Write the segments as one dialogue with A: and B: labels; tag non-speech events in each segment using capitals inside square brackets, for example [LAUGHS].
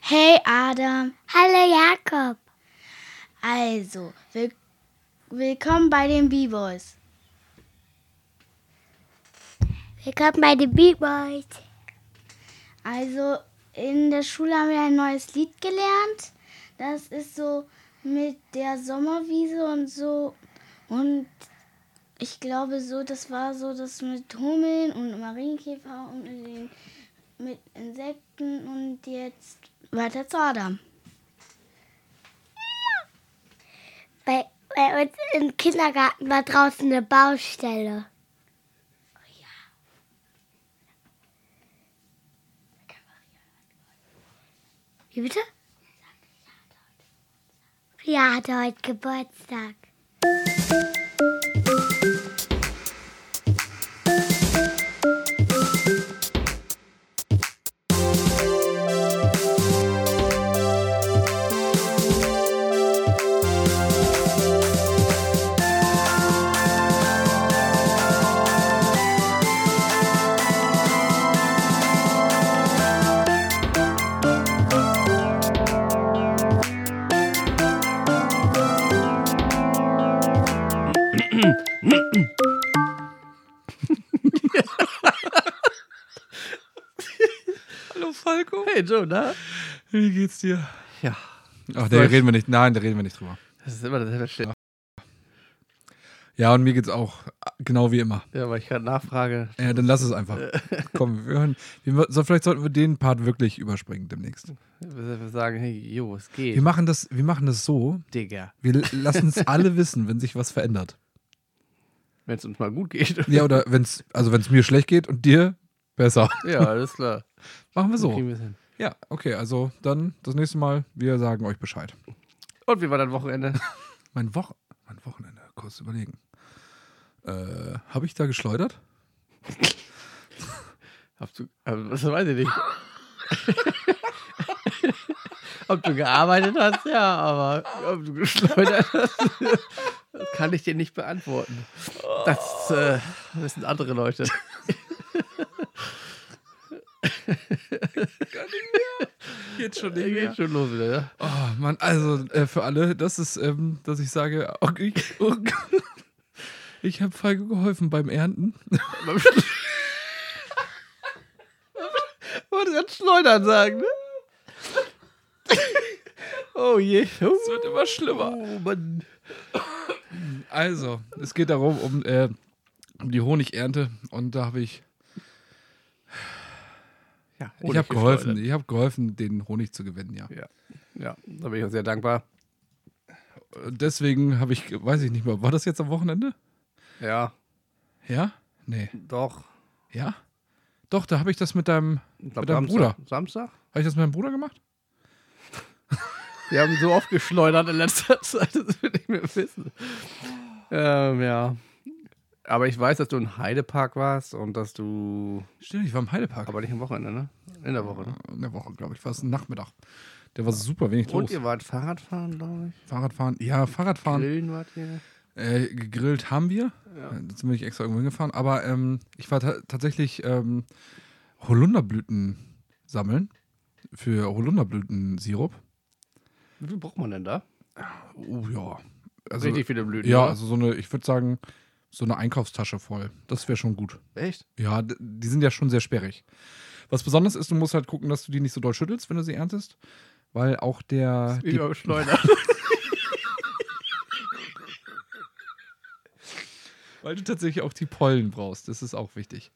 A: Hey Adam,
B: Hallo Jakob.
A: also, will willkommen bei den B-Boys.
B: Willkommen bei den Beat Boys.
A: Also, in der Schule haben wir ein neues Lied gelernt. Das ist so mit der Sommerwiese und so. Und ich glaube so, das war so das mit Hummeln und Marienkäfer und mit, den, mit Insekten. Und jetzt weiter zu Adam.
B: Bei, bei uns im Kindergarten war draußen eine Baustelle. Wie bitte? Ria hatte heute Geburtstag.
C: Hallo Falco.
D: Hey Joe, na?
C: Wie geht's dir?
D: Ja.
C: Ach,
D: Da reden wir nicht, nein, da reden wir nicht drüber.
C: Das ist immer dasselbe Stelle.
D: Ja, und mir geht's auch genau wie immer.
C: Ja, weil ich gerade nachfrage.
D: Ja, dann lass
C: [LAUGHS]
D: es einfach. Komm, wir hören. Wir, so, vielleicht sollten wir den Part wirklich überspringen demnächst.
C: Wir wir sagen, hey, jo, es geht.
D: Wir machen das, wir machen das so,
C: Digga.
D: wir lassen
C: [LAUGHS]
D: es alle wissen, wenn sich was verändert.
C: Wenn es uns mal gut geht.
D: Ja, oder wenn's, also wenn's mir schlecht geht und dir besser. [LAUGHS]
C: Ja, alles [LAUGHS] klar.
D: Machen wir
C: Kriegen
D: so.
C: wir's hin.
D: Ja, okay, also dann das nächste Mal, wir sagen euch Bescheid.
C: Und wie war dein Wochenende?
D: Mein, Woch mein Wochenende, kurz überlegen. Äh, habe ich da geschleudert?
C: Habt du, äh, das weiß ich nicht. [LAUGHS] ob du gearbeitet hast, ja, aber ob du geschleudert hast, das kann ich dir nicht beantworten. Das äh, wissen andere Leute.
D: [LAUGHS] Jetzt schon
C: Der geht schon los wieder, ja?
D: Oh Mann, also äh, für alle, das ist, ähm, dass ich sage, okay, ich, oh, ich habe Falco geholfen beim Ernten.
C: Wollte gerade schleudern sagen, ne?
D: [LAUGHS]
C: Oh je.
D: Es wird immer schlimmer.
C: Oh Mann.
D: Also, es geht darum, um, äh, um die Honigernte und da habe ich,
C: Ja,
D: ich habe geholfen, ich habe geholfen, den Honig zu gewinnen, ja.
C: Ja. ja, da bin ich auch sehr dankbar.
D: Und deswegen habe ich, weiß ich nicht mehr, war das jetzt am Wochenende?
C: Ja,
D: Ja? Nee.
C: doch.
D: Ja? Doch, da habe ich das mit deinem,
C: Ich
D: mit deinem Bruder.
C: Samstag?
D: Habe ich das mit deinem Bruder gemacht?
C: Wir haben so oft geschleudert in letzter [LAUGHS] Zeit, das will ich mir wissen. Ähm, ja. Aber ich weiß, dass du in Heidepark warst und dass du.
D: Stimmt, ich war im Heidepark.
C: Aber nicht am Wochenende, ne? In der Woche, ne?
D: in der Woche, glaube ich. War es ein Nachmittag. Der war super wenig
C: Und
D: los.
C: ihr wart Fahrradfahren, glaube ich.
D: Fahrradfahren. Ja, Fahrradfahren.
C: Grillen wart ihr.
D: Äh, gegrillt haben wir. Äh, Jetzt bin ich extra irgendwo hingefahren. Aber ähm, ich war ta tatsächlich ähm, Holunderblüten sammeln. Für Holunderblütensirup.
C: Wie viel braucht man denn da?
D: Oh ja. Also,
C: Richtig viele Blüten. ne?
D: ja,
C: oder?
D: also so eine, ich würde sagen, so eine Einkaufstasche voll. Das wäre schon gut.
C: Echt?
D: Ja, d- die sind ja schon sehr sperrig. Was besonders ist, du musst halt gucken, dass du die nicht so doll schüttelst, wenn du sie erntest. Weil auch der.
C: Wie
D: Die, [LAUGHS]
C: beim Schleudern.
D: Weil du tatsächlich auch die Pollen brauchst. Das ist auch wichtig,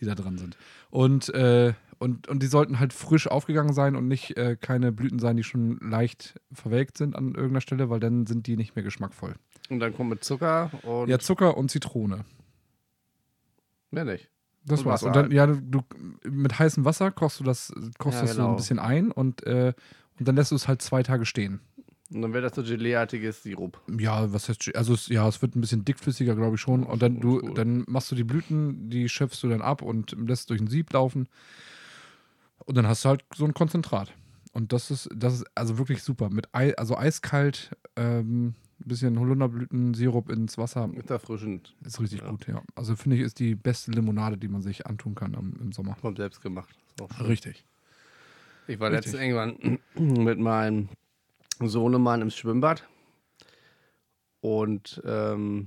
D: die da dran sind. Und, äh, und, und die sollten halt frisch aufgegangen sein und nicht äh, keine Blüten sein, die schon leicht verwelkt sind an irgendeiner Stelle, weil dann sind die nicht mehr geschmackvoll.
C: Und dann kommt mit Zucker und
D: Ja, Zucker und Zitrone.
C: mehr nicht.
D: Das
C: Und
D: war's.
C: Wasser
D: Und dann, ja, du, du mit heißem Wasser kochst du das, kochst
C: Ja,
D: das so
C: genau.
D: ein bisschen ein und, äh, und dann lässt du es halt zwei Tage stehen.
C: Und dann wäre das so geleeartiges Sirup.
D: Ja, was heißt, also es, ja, es wird ein bisschen dickflüssiger, glaube ich schon. Und dann
C: ist
D: du,
C: gut.
D: dann machst du die Blüten, die schöpfst du dann ab und lässt durch ein Sieb laufen. Und dann hast du halt so ein Konzentrat. Und das ist, das ist also wirklich super. Mit Ei, also eiskalt, ähm, ein bisschen Holunderblütensirup ins Wasser.
C: Ist erfrischend.
D: Ist richtig
C: Ja.
D: gut, ja. Also finde ich, ist die beste Limonade, die man sich antun kann am, im Sommer.
C: Vom selbst gemacht. Ist auch schön.
D: Richtig.
C: Ich war
D: Richtig.
C: letztens irgendwann [CLEARS THROAT] mit meinem Sohnemann im Schwimmbad und ähm,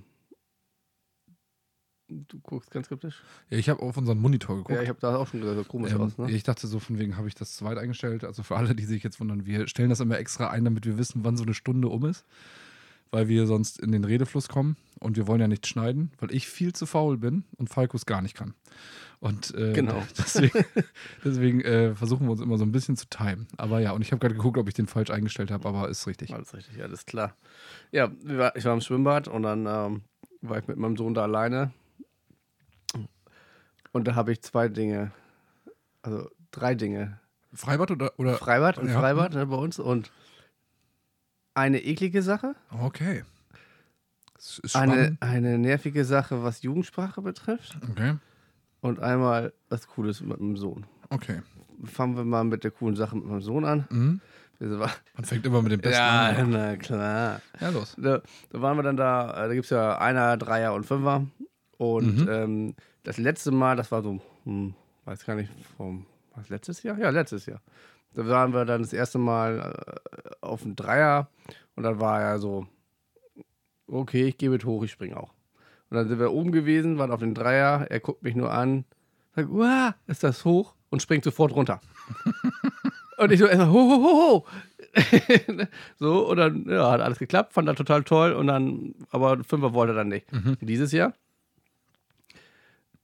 C: du guckst ganz skeptisch.
D: Ja, ich habe auf unseren Monitor geguckt.
C: Ja, ich habe da auch schon gesagt, so komisch
D: Ähm,
C: aus. Ne?
D: Ich dachte so, von wegen habe ich das zu weit eingestellt. Also für alle, die sich jetzt wundern, wir stellen das immer extra ein, damit wir wissen, wann so eine Stunde um ist, weil wir sonst in den Redefluss kommen und wir wollen ja nicht schneiden, weil ich viel zu faul bin und Falkus gar nicht kann. Und äh,
C: Genau.
D: [LAUGHS] deswegen, deswegen äh, versuchen wir uns immer so ein bisschen zu timen. Aber ja, und ich habe gerade geguckt, ob ich den falsch eingestellt habe, aber ist richtig.
C: Alles richtig, alles klar. Ja, wir war- ich war im Schwimmbad und dann ähm, war ich mit meinem Sohn da alleine. Und da habe ich zwei Dinge, also drei Dinge.
D: Freibad oder? oder?
C: Freibad und
D: Ja.
C: Freibad ne, bei uns und eine eklige Sache,
D: Okay. Es ist
C: eine,
D: spannend.
C: eine nervige Sache, was Jugendsprache betrifft
D: Okay.
C: und einmal was Cooles mit meinem Sohn.
D: Okay.
C: Fangen wir mal mit der coolen Sache mit meinem Sohn an.
D: Mhm.
C: Das war-
D: Man fängt immer mit dem Besten
C: Ja, [LAUGHS]
D: an. ne?
C: na klar.
D: Ja, los.
C: Da, da waren wir dann da, äh, da gibt es ja Einer, Dreier und Fünfer. Und
D: Mhm.
C: ähm, das letzte Mal, das war so, hm, weiß gar nicht, vom, was letztes Jahr? Ja, letztes Jahr. Da waren wir dann das erste Mal äh, auf dem Dreier und dann war er so, okay, ich gehe mit hoch, ich springe auch. Und dann sind wir oben gewesen, waren auf den Dreier, er guckt mich nur an, sagt, uah, ist das hoch? Und springt sofort runter. Und ich so erstmal, ho, ho, ho, ho. [LAUGHS] so, und dann ja, hat alles geklappt, fand er total toll. Und dann, aber Fünfer wollte er dann nicht. Dieses Jahr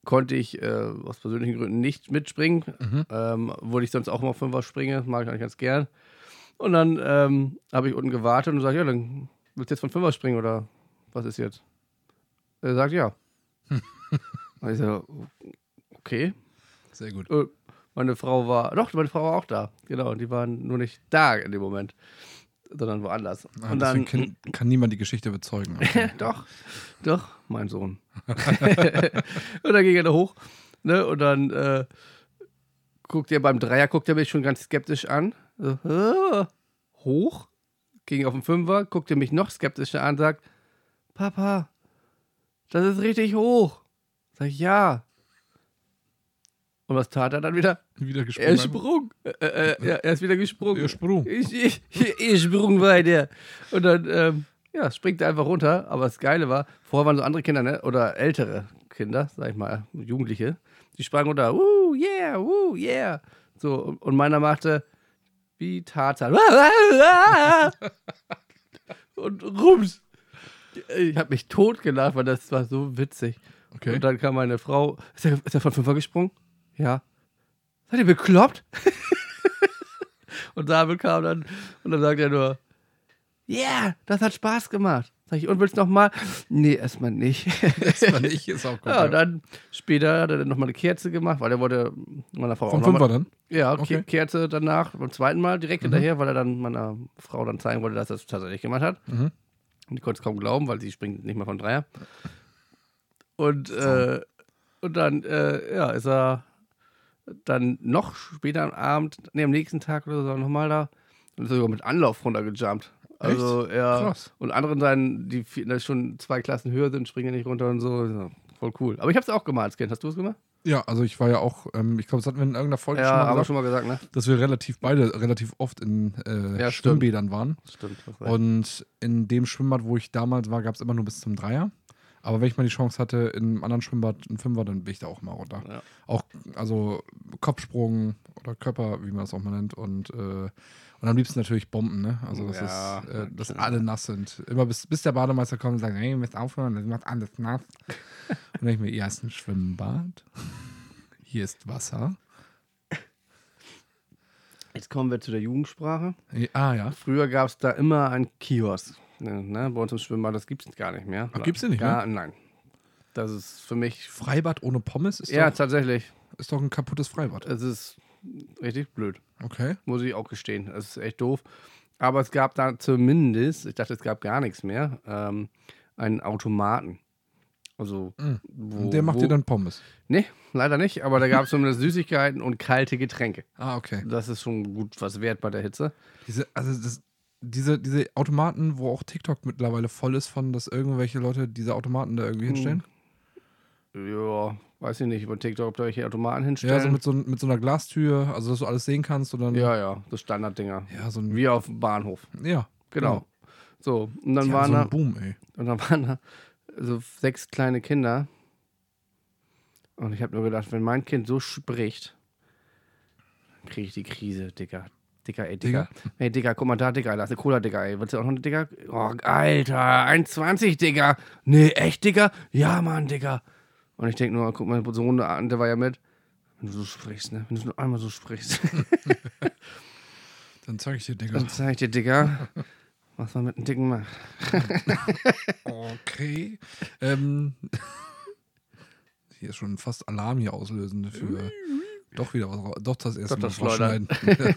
C: konnte ich äh, aus persönlichen Gründen nicht mitspringen.
D: Mhm.
C: Ähm, obwohl ich sonst auch mal Fünfer springe, mag ich eigentlich ganz gern. Und dann ähm, habe ich unten gewartet und sage, ja, dann willst du jetzt von Fünfer springen oder was ist jetzt? Er sagt,
D: [LAUGHS]
C: ja. und ich so, okay.
D: Sehr gut.
C: Äh, Meine Frau war, doch, meine Frau war auch da. Genau, die waren nur nicht da in dem Moment, sondern woanders.
D: Ah,
C: und dann,
D: deswegen kann, kann niemand die Geschichte bezeugen.
C: [LAUGHS]
D: Okay.
C: doch, doch, mein Sohn. [LAUGHS] und dann ging er da hoch, ne, und dann äh, guckt er beim Dreier, guckt er mich schon ganz skeptisch an. So, "Hä? hoch, ging auf den Fünfer, guckt er mich noch skeptischer an, sagt, Papa, das ist richtig hoch. Sag ich, ja. Und was tat er dann wieder?
D: Wieder
C: Er
D: gesprungen.
C: ist sprung. Äh, äh, ja, er ist wieder gesprungen.
D: Er sprung.
C: Ich, ich, ich, ich sprung weiter. Und dann, ähm, ja, springt er einfach runter. Aber das Geile war, vorher waren so andere Kinder, ne? oder ältere Kinder, sag ich mal, Jugendliche, die sprangen runter. Woo, yeah, woo, yeah. So, und- und meiner machte wie Tarzan. [LAUGHS] und rums. Ich habe mich totgelacht, weil das war so witzig.
D: Okay.
C: Und dann kam meine Frau. Ist er, ist er von Fünfer gesprungen? Ja. Seid ihr bekloppt? [LAUGHS] und damit kam dann, und dann sagt er nur, yeah, das hat Spaß gemacht. Sag ich, und willst noch mal? Nee, erstmal nicht.
D: Erstmal nicht, ist auch
C: [LAUGHS]
D: gut.
C: ja,
D: Ja,
C: und dann später hat er dann noch mal eine Kerze gemacht, weil er wollte meiner Frau
D: Vom
C: auch noch
D: Fünfer
C: mal,
D: dann?
C: Ja,
D: Okay. Mhm.
C: Ke- Kerze danach, beim zweiten Mal direkt hinterher, weil er dann meiner Frau dann zeigen wollte, dass er es tatsächlich gemacht hat.
D: Mhm.
C: Und die konnte es kaum glauben, weil sie springt nicht mehr von Dreier. Und, äh, und dann, äh, ja, ist er dann noch später am Abend, nee, am nächsten Tag oder so nochmal da. Und ist sogar mit Anlauf runtergejumpt. Also er
D: Krass.
C: und anderen seinen, die viel- die schon zwei Klassen höher sind, springen nicht runter und so. Ja, Voll cool. Aber ich hab's auch gemacht als Kind. Hast du es gemacht?
D: Ja, also ich war ja auch, ähm, ich glaube, das hatten wir in irgendeiner Folge
C: Ja,
D: schon mal
C: haben wir
D: gesagt,
C: schon mal gesagt, ne?
D: dass wir relativ beide relativ oft in äh,
C: Ja, stimmt.
D: Schwimmbädern waren.
C: Stimmt.
D: Und in dem Schwimmbad, wo ich damals war, gab es immer nur bis zum Dreier. Aber wenn ich mal die Chance hatte, in einem anderen Schwimmbad, ein Fünfer, dann bin ich da auch mal runter.
C: Ja.
D: Auch, also Kopfsprung oder Körper, wie man das auch mal nennt. Und, äh, und am liebsten natürlich Bomben, ne? Also, das
C: Ja,
D: ist, äh, dass
C: klar.
D: alle nass sind. Immer bis, bis der Bademeister kommt und sagt, hey, ihr müsst aufhören, das macht
C: [LAUGHS]
D: alles nass. und dann ich mir, ja, ist ein Schwimmbad. Hier ist Wasser.
C: Jetzt kommen wir zu der Jugendsprache.
D: Ja, Ah, ja.
C: Früher gab es da immer einen Kiosk. Ne, ne? Bei uns im Schwimmbad, das gibt es gar nicht mehr.
D: Ach, gibt's den nicht
C: Ja, nein. Das ist für mich.
D: Freibad ohne Pommes ist,
C: ja, Äh,
D: doch,
C: tatsächlich.
D: ist doch ein kaputtes Freibad.
C: Es ist richtig blöd.
D: Okay.
C: Muss ich auch gestehen. Das ist echt doof. Aber es gab da zumindest, ich dachte, es gab gar nichts mehr, ähm, einen Automaten. Also, wo,
D: Hm. Und der macht
C: wo,
D: dir dann Pommes.
C: Nee, leider nicht, aber da gab es zumindest Süßigkeiten und kalte Getränke.
D: Ah, okay.
C: Das ist schon gut was wert bei der Hitze.
D: Diese, also das, diese, diese Automaten, wo auch TikTok
C: Hm,
D: mittlerweile voll ist von, dass irgendwelche Leute diese Automaten da irgendwie hinstellen.
C: Ja, weiß ich nicht, über TikTok, ob da welche Automaten hinstellen.
D: Ja, so mit so, mit so einer Glastür, also dass du alles sehen kannst und dann.
C: ja, ja, das Standarddinger.
D: ja so ein.
C: Wie auf dem Bahnhof.
D: Ja.
C: Genau. So, und dann
D: Tja,
C: waren
D: so
C: da.
D: ein Boom, ey.
C: Und da waren da so sechs kleine Kinder. Und ich habe nur gedacht, wenn mein Kind so spricht, kriege ich die Krise, Dicker. Dicker, ey, Dicker. Ey, Dicker, guck mal da, Dicker. Da ist eine Cola, Dicker, ey. Willst du auch noch eine Dicker? Oh, Alter, 1,20, Dicker. Nee, echt, Dicker? Ja, Mann, Dicker. Und ich denke nur, guck mal, so Runde an, der war ja mit. Wenn du so sprichst, ne? Wenn du nur einmal so sprichst, [LAUGHS]
D: Dann zeig ich dir, Digga.
C: dann zeig ich dir, Dicker, was man mit einem Dicken macht.
D: Okay. ähm, [LAUGHS] hier ist schon fast Alarm hier auslösend für. Doch wieder was, ra- doch das erste
C: Doch,
D: Mal
C: das
D: rausschneiden. [LAUGHS]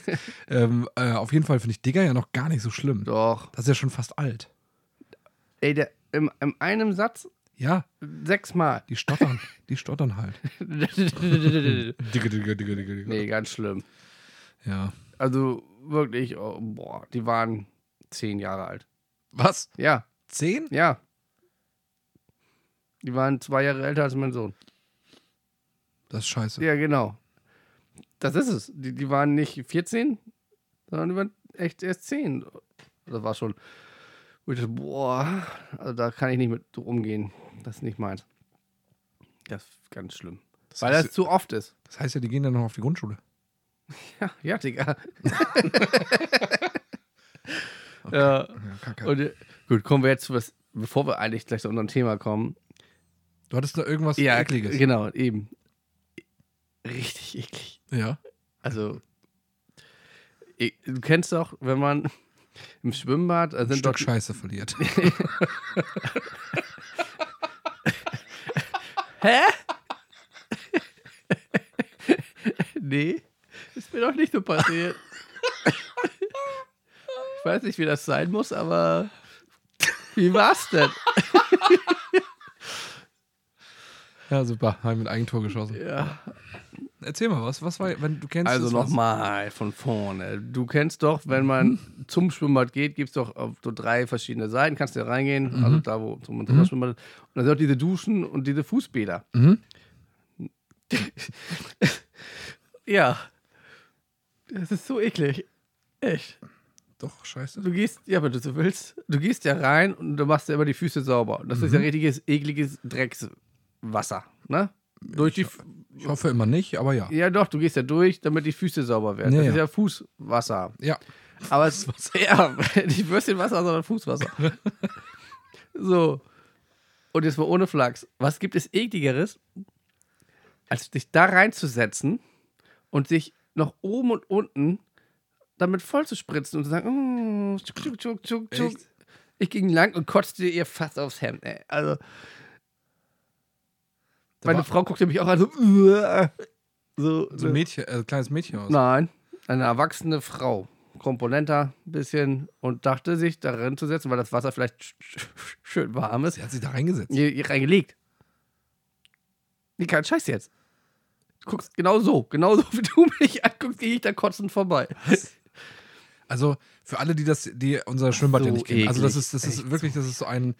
D: ähm, äh, auf jeden Fall finde ich Digger ja noch gar nicht so schlimm.
C: Doch.
D: Das ist ja schon fast alt.
C: Ey, der, im, in einem Satz
D: Ja,
C: sechsmal.
D: die stottern. [LAUGHS] die stottern halt. Digga, Digga, Digga, Digga,
C: [LAUGHS]
D: Digga.
C: nee, ganz schlimm.
D: Ja.
C: Also wirklich, oh, boah, die waren zehn Jahre alt.
D: Was?
C: Ja,
D: Zehn?
C: ja. Die waren zwei Jahre älter als mein Sohn.
D: Das ist scheiße.
C: Ja, genau. Das ist es. Die, die waren nicht 14, sondern die waren echt erst 10. Das war schon. wo ich dachte, Boah, also da kann ich nicht mit umgehen. Das ist nicht meins. Das ist ganz schlimm.
D: Das,
C: Weil
D: heißt,
C: das zu oft ist.
D: das heißt ja, die gehen dann noch auf die Grundschule.
C: Ja, ja [LAUGHS] Digga. ja.
D: Ja, kacke.
C: Und, äh, gut, kommen wir jetzt zu was, bevor wir eigentlich gleich zu unserem Thema kommen.
D: du hattest da irgendwas Ekliges.
C: genau, eben. Richtig eklig.
D: Ja.
C: Also, ich, du kennst doch, wenn man [LAUGHS] im Schwimmbad, äh,
D: Ein
C: sind
D: Stück
C: doch,
D: Scheiße
C: [LAUGHS]
D: verliert.
C: hä? [LAUGHS] nee, ist mir doch nicht so passiert. [LAUGHS] ich weiß nicht, wie das sein muss, aber wie war's denn?
D: ja, super. Haben mit Eigentor geschossen.
C: Ja.
D: Erzähl mal was. Was war, wenn du kennst
C: Also
D: das, was-
C: nochmal von vorne. Du kennst doch, wenn man zum Schwimmbad geht, gibt es doch auf so drei verschiedene Seiten, kannst du ja reingehen, also da, wo zum mhm. Schwimmbad ist. Und dann sind auch diese Duschen und diese Fußbäder.
D: Mhm.
C: [LAUGHS] Ja. Das ist so eklig. Echt.
D: Doch, scheiße.
C: Du gehst, ja, wenn du so willst, Mhm. du gehst ja rein und du machst ja immer die Füße sauber. Und das ist ja richtiges, ekliges Dreckswasser. Ne? Durch die, F-
D: Ich hoffe immer nicht, aber ja.
C: ja doch, du gehst ja durch, damit die Füße sauber werden.
D: Ja,
C: das
D: ja.
C: ist ja Fußwasser.
D: Ja.
C: Aber
D: [LAUGHS]
C: es Ja, [LAUGHS] nicht Würstchenwasser, sondern Fußwasser. so. Und jetzt mal ohne Flachs. Was gibt es ekligeres, als dich da reinzusetzen und sich noch oben und unten damit voll zu spritzen und zu sagen, oh, tschuk, tschuk, tschuk, tschuk, tschuk.
D: Echt?
C: Ich ging lang und kotzte ihr fast aufs Hemd. Ey. Also,
D: Da
C: meine
D: war-
C: Frau guckte mich auch an, so, "Uah." so,
D: So ein Mädchen, äh, kleines Mädchen aus.
C: Nein, eine erwachsene Frau. Komponenter ein bisschen und dachte sich darin zu setzen, weil das Wasser vielleicht sch- sch- schön warm ist,
D: Sie hat sich da reingesetzt.
C: hier, hier reingelegt. Nee, kein Scheiß jetzt. Du guckst genau so, genau so, wie du mich anguckst, gehe ich da kotzend vorbei.
D: Also für alle, die das, die unser Schwimmbad ja
C: So
D: nicht kennen. Also das
C: eklig.
D: ist, das ist
C: Echt
D: wirklich, das ist so ein,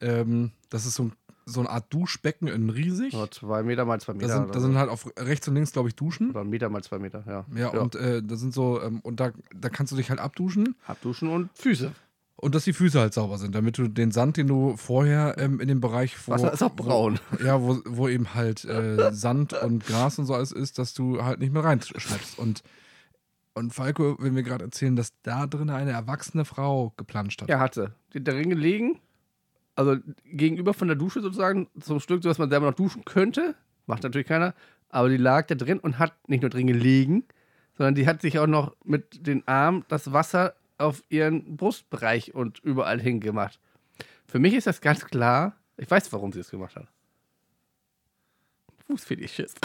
D: ähm, das ist so, ein, so eine Art Duschbecken in riesig.
C: So, zwei Meter mal zwei Meter.
D: Da sind,
C: oder,
D: da
C: so.
D: sind halt auf rechts und links, glaube ich, Duschen.
C: oder ein Meter mal zwei Meter, ja.
D: Ja, und äh, da sind so, ähm, und da, da kannst du dich halt abduschen
C: Abduschen und Füße.
D: und dass die Füße halt sauber sind, damit du den Sand, den du vorher ähm, in dem Bereich wo,
C: Wasser ist auch braun.
D: Wo, ja, wo, wo eben halt äh, Sand und Gras und so alles ist, dass du halt nicht mehr reinschleppst. Und, und Falco will mir gerade erzählen, dass da drin eine erwachsene Frau geplanscht hat.
C: Ja, hatte. Die darin gelegen, also gegenüber von der Dusche sozusagen, zum Stück, sodass man selber noch duschen könnte. Macht natürlich keiner. Aber die lag da drin und hat nicht nur drin gelegen, sondern die hat sich auch noch mit den Armen das Wasser auf ihren Brustbereich und überall hingemacht. Für mich ist das ganz klar, ich weiß, warum sie es gemacht hat. Fußfetischist.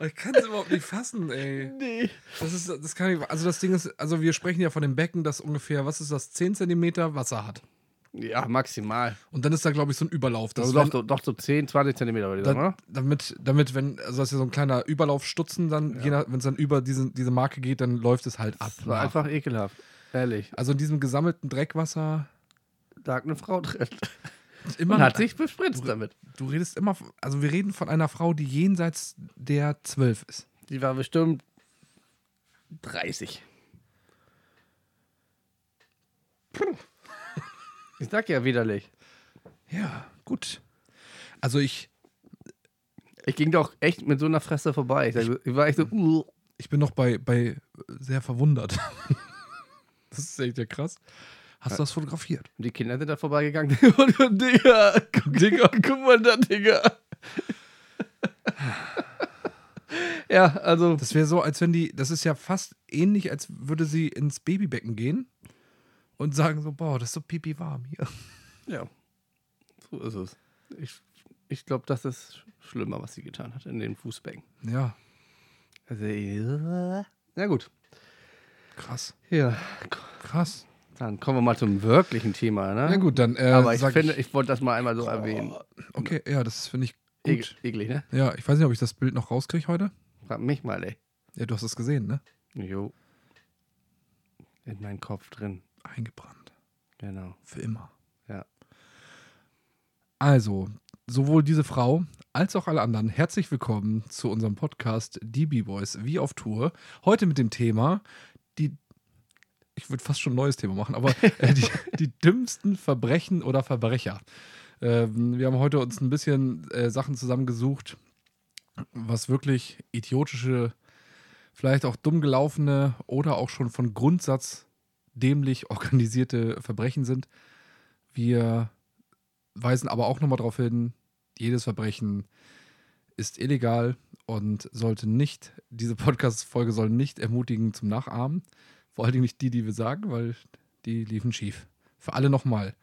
D: Ich kann es überhaupt nicht fassen, ey.
C: [LAUGHS] Nee.
D: Das ist, das kann ich, also das Ding ist, also wir sprechen ja von dem Becken, das ungefähr, was ist das, 10 Zentimeter Wasser hat.
C: Ja, maximal.
D: Und dann ist da, glaube ich, so ein Überlauf. dass
C: Also
D: wenn-
C: doch, so- doch so 10, 20 Zentimeter würde ich sagen,
D: Da,
C: oder?
D: damit, damit, wenn, also das ist ja so ein kleiner Überlaufstutzen, dann, je nach- wenn es dann über diese, diese Marke geht, dann läuft es halt ab.
C: Das war
D: nach.
C: einfach ekelhaft. Ehrlich.
D: Also in diesem gesammelten Dreckwasser
C: lag eine Frau drin.
D: Immer
C: Man hat
D: mit-
C: sich bespritzt damit.
D: Du redest immer, von- also wir reden von einer Frau, die jenseits der zwölf ist.
C: Die war bestimmt 30. Puh. Ich sag ja widerlich.
D: Ja, gut. Also ich,
C: Ich ging doch echt mit so einer Fresse vorbei. Ich, sag, ich war echt so, uh,
D: ich bin noch bei, bei äh, sehr verwundert. [LAUGHS] das ist echt ja krass. Hast du das fotografiert?
C: Und die Kinder sind da vorbeigegangen. [LAUGHS] Und Digga, guck, Digga, guck mal da, Digga. ja, also.
D: Das wäre so, als wenn die, das ist ja fast ähnlich, als würde sie ins Babybecken gehen und sagen so, boah, das ist so pipi warm hier.
C: Ja, so ist es. Ich, ich glaube, das ist schlimmer, was sie getan hat in den Fußbänken.
D: Ja,
C: Also, ja. Na gut.
D: krass,
C: Ja,
D: krass.
C: dann kommen wir mal zum wirklichen Thema. Ne?
D: Na gut, dann äh,
C: Aber ich
D: sag
C: finde, ich, Oh, wollte das mal einmal so erwähnen.
D: okay, ja, das finde ich
C: Gut.
D: gut.
C: Eklig, ne?
D: Ja, ich weiß nicht, ob ich das Bild noch rauskriege heute.
C: Frag mich mal, ey.
D: Ja, du hast es gesehen, ne?
C: Jo. In meinen Kopf drin.
D: Eingebrannt.
C: Genau.
D: Für immer.
C: Ja.
D: Also, sowohl diese Frau als auch alle anderen, herzlich willkommen zu unserem Podcast Die B-Boys wie auf Tour. Heute mit dem Thema, die, ich würde fast schon ein neues Thema machen, aber äh, die, die dümmsten Verbrechen oder Verbrecher. Ähm, wir haben heute uns ein bisschen äh, Sachen zusammengesucht, was wirklich idiotische, vielleicht auch dumm gelaufene oder auch schon von Grundsatz dämlich [LAUGHS] organisierte Verbrechen sind. Wir weisen aber auch nochmal darauf hin, jedes Verbrechen ist illegal und sollte nicht, diese Podcast-Folge soll nicht ermutigen zum Nachahmen. Vor allen Dingen nicht die, die wir sagen, weil die liefen schief. Für alle nochmal,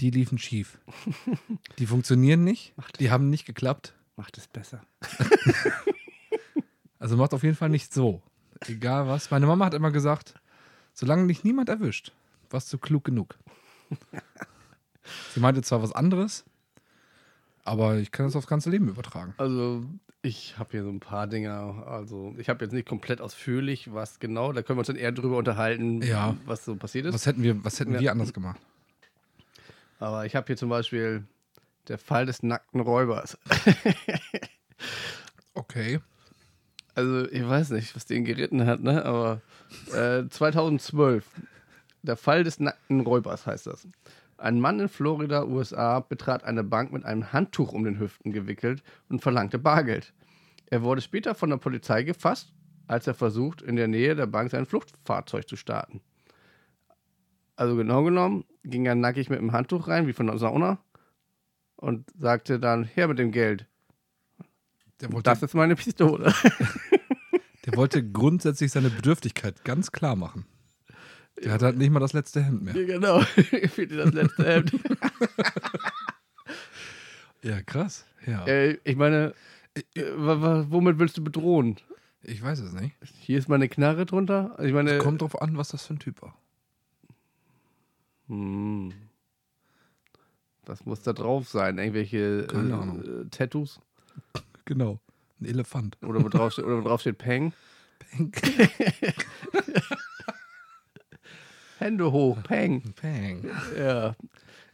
D: die liefen schief. Die funktionieren nicht, die haben nicht geklappt.
C: Macht es besser.
D: Also macht auf jeden Fall nicht so. Egal was. Meine Mama hat immer gesagt, solange dich niemand erwischt, warst du klug genug. Sie meinte zwar was anderes, aber ich kann das aufs ganze Leben übertragen.
C: Also, ich habe hier so ein paar Dinger. Also, ich habe jetzt nicht komplett ausführlich, was genau. Da können wir uns dann eher drüber unterhalten,
D: Ja.
C: was so passiert ist.
D: Was hätten wir, was hätten
C: Ja.
D: wir anders gemacht?
C: Aber ich habe hier zum Beispiel der Fall des nackten Räubers.
D: Okay.
C: Also, ich weiß nicht, was den geritten hat, ne? Aber äh, 2012. Der Fall des nackten Räubers heißt das. Ein Mann in Florida, USA, betrat eine Bank mit einem Handtuch um den Hüften gewickelt und verlangte Bargeld. Er wurde später von der Polizei gefasst, als er versucht, in der Nähe der Bank sein Fluchtfahrzeug zu starten. Also genau genommen ging er nackig mit dem Handtuch rein, wie von der Sauna, und sagte dann, her mit dem Geld.
D: Der wollte,
C: Das ist meine Pistole.
D: der wollte grundsätzlich seine Bedürftigkeit ganz klar machen. Der hat halt nicht mal das letzte Hemd mehr.
C: Ja, genau. [LAUGHS] Fehlt dir das letzte Hemd. [LAUGHS]
D: Ja, krass. Ja.
C: äh, ich meine, äh, wa- wa- womit willst du bedrohen?
D: Ich weiß es nicht.
C: Hier ist meine Knarre drunter. Also Ich meine,
D: Kommt drauf an, was das für ein Typ war.
C: Hm. was muss da drauf sein? Irgendwelche
D: Keine Ahnung.
C: äh, äh, Tattoos?
D: Genau. Ein Elefant.
C: Oder wo drauf steht, oder wo drauf steht Peng?
D: [LAUGHS] Peng.
C: Hände hoch, Peng.
D: Peng.
C: Ja.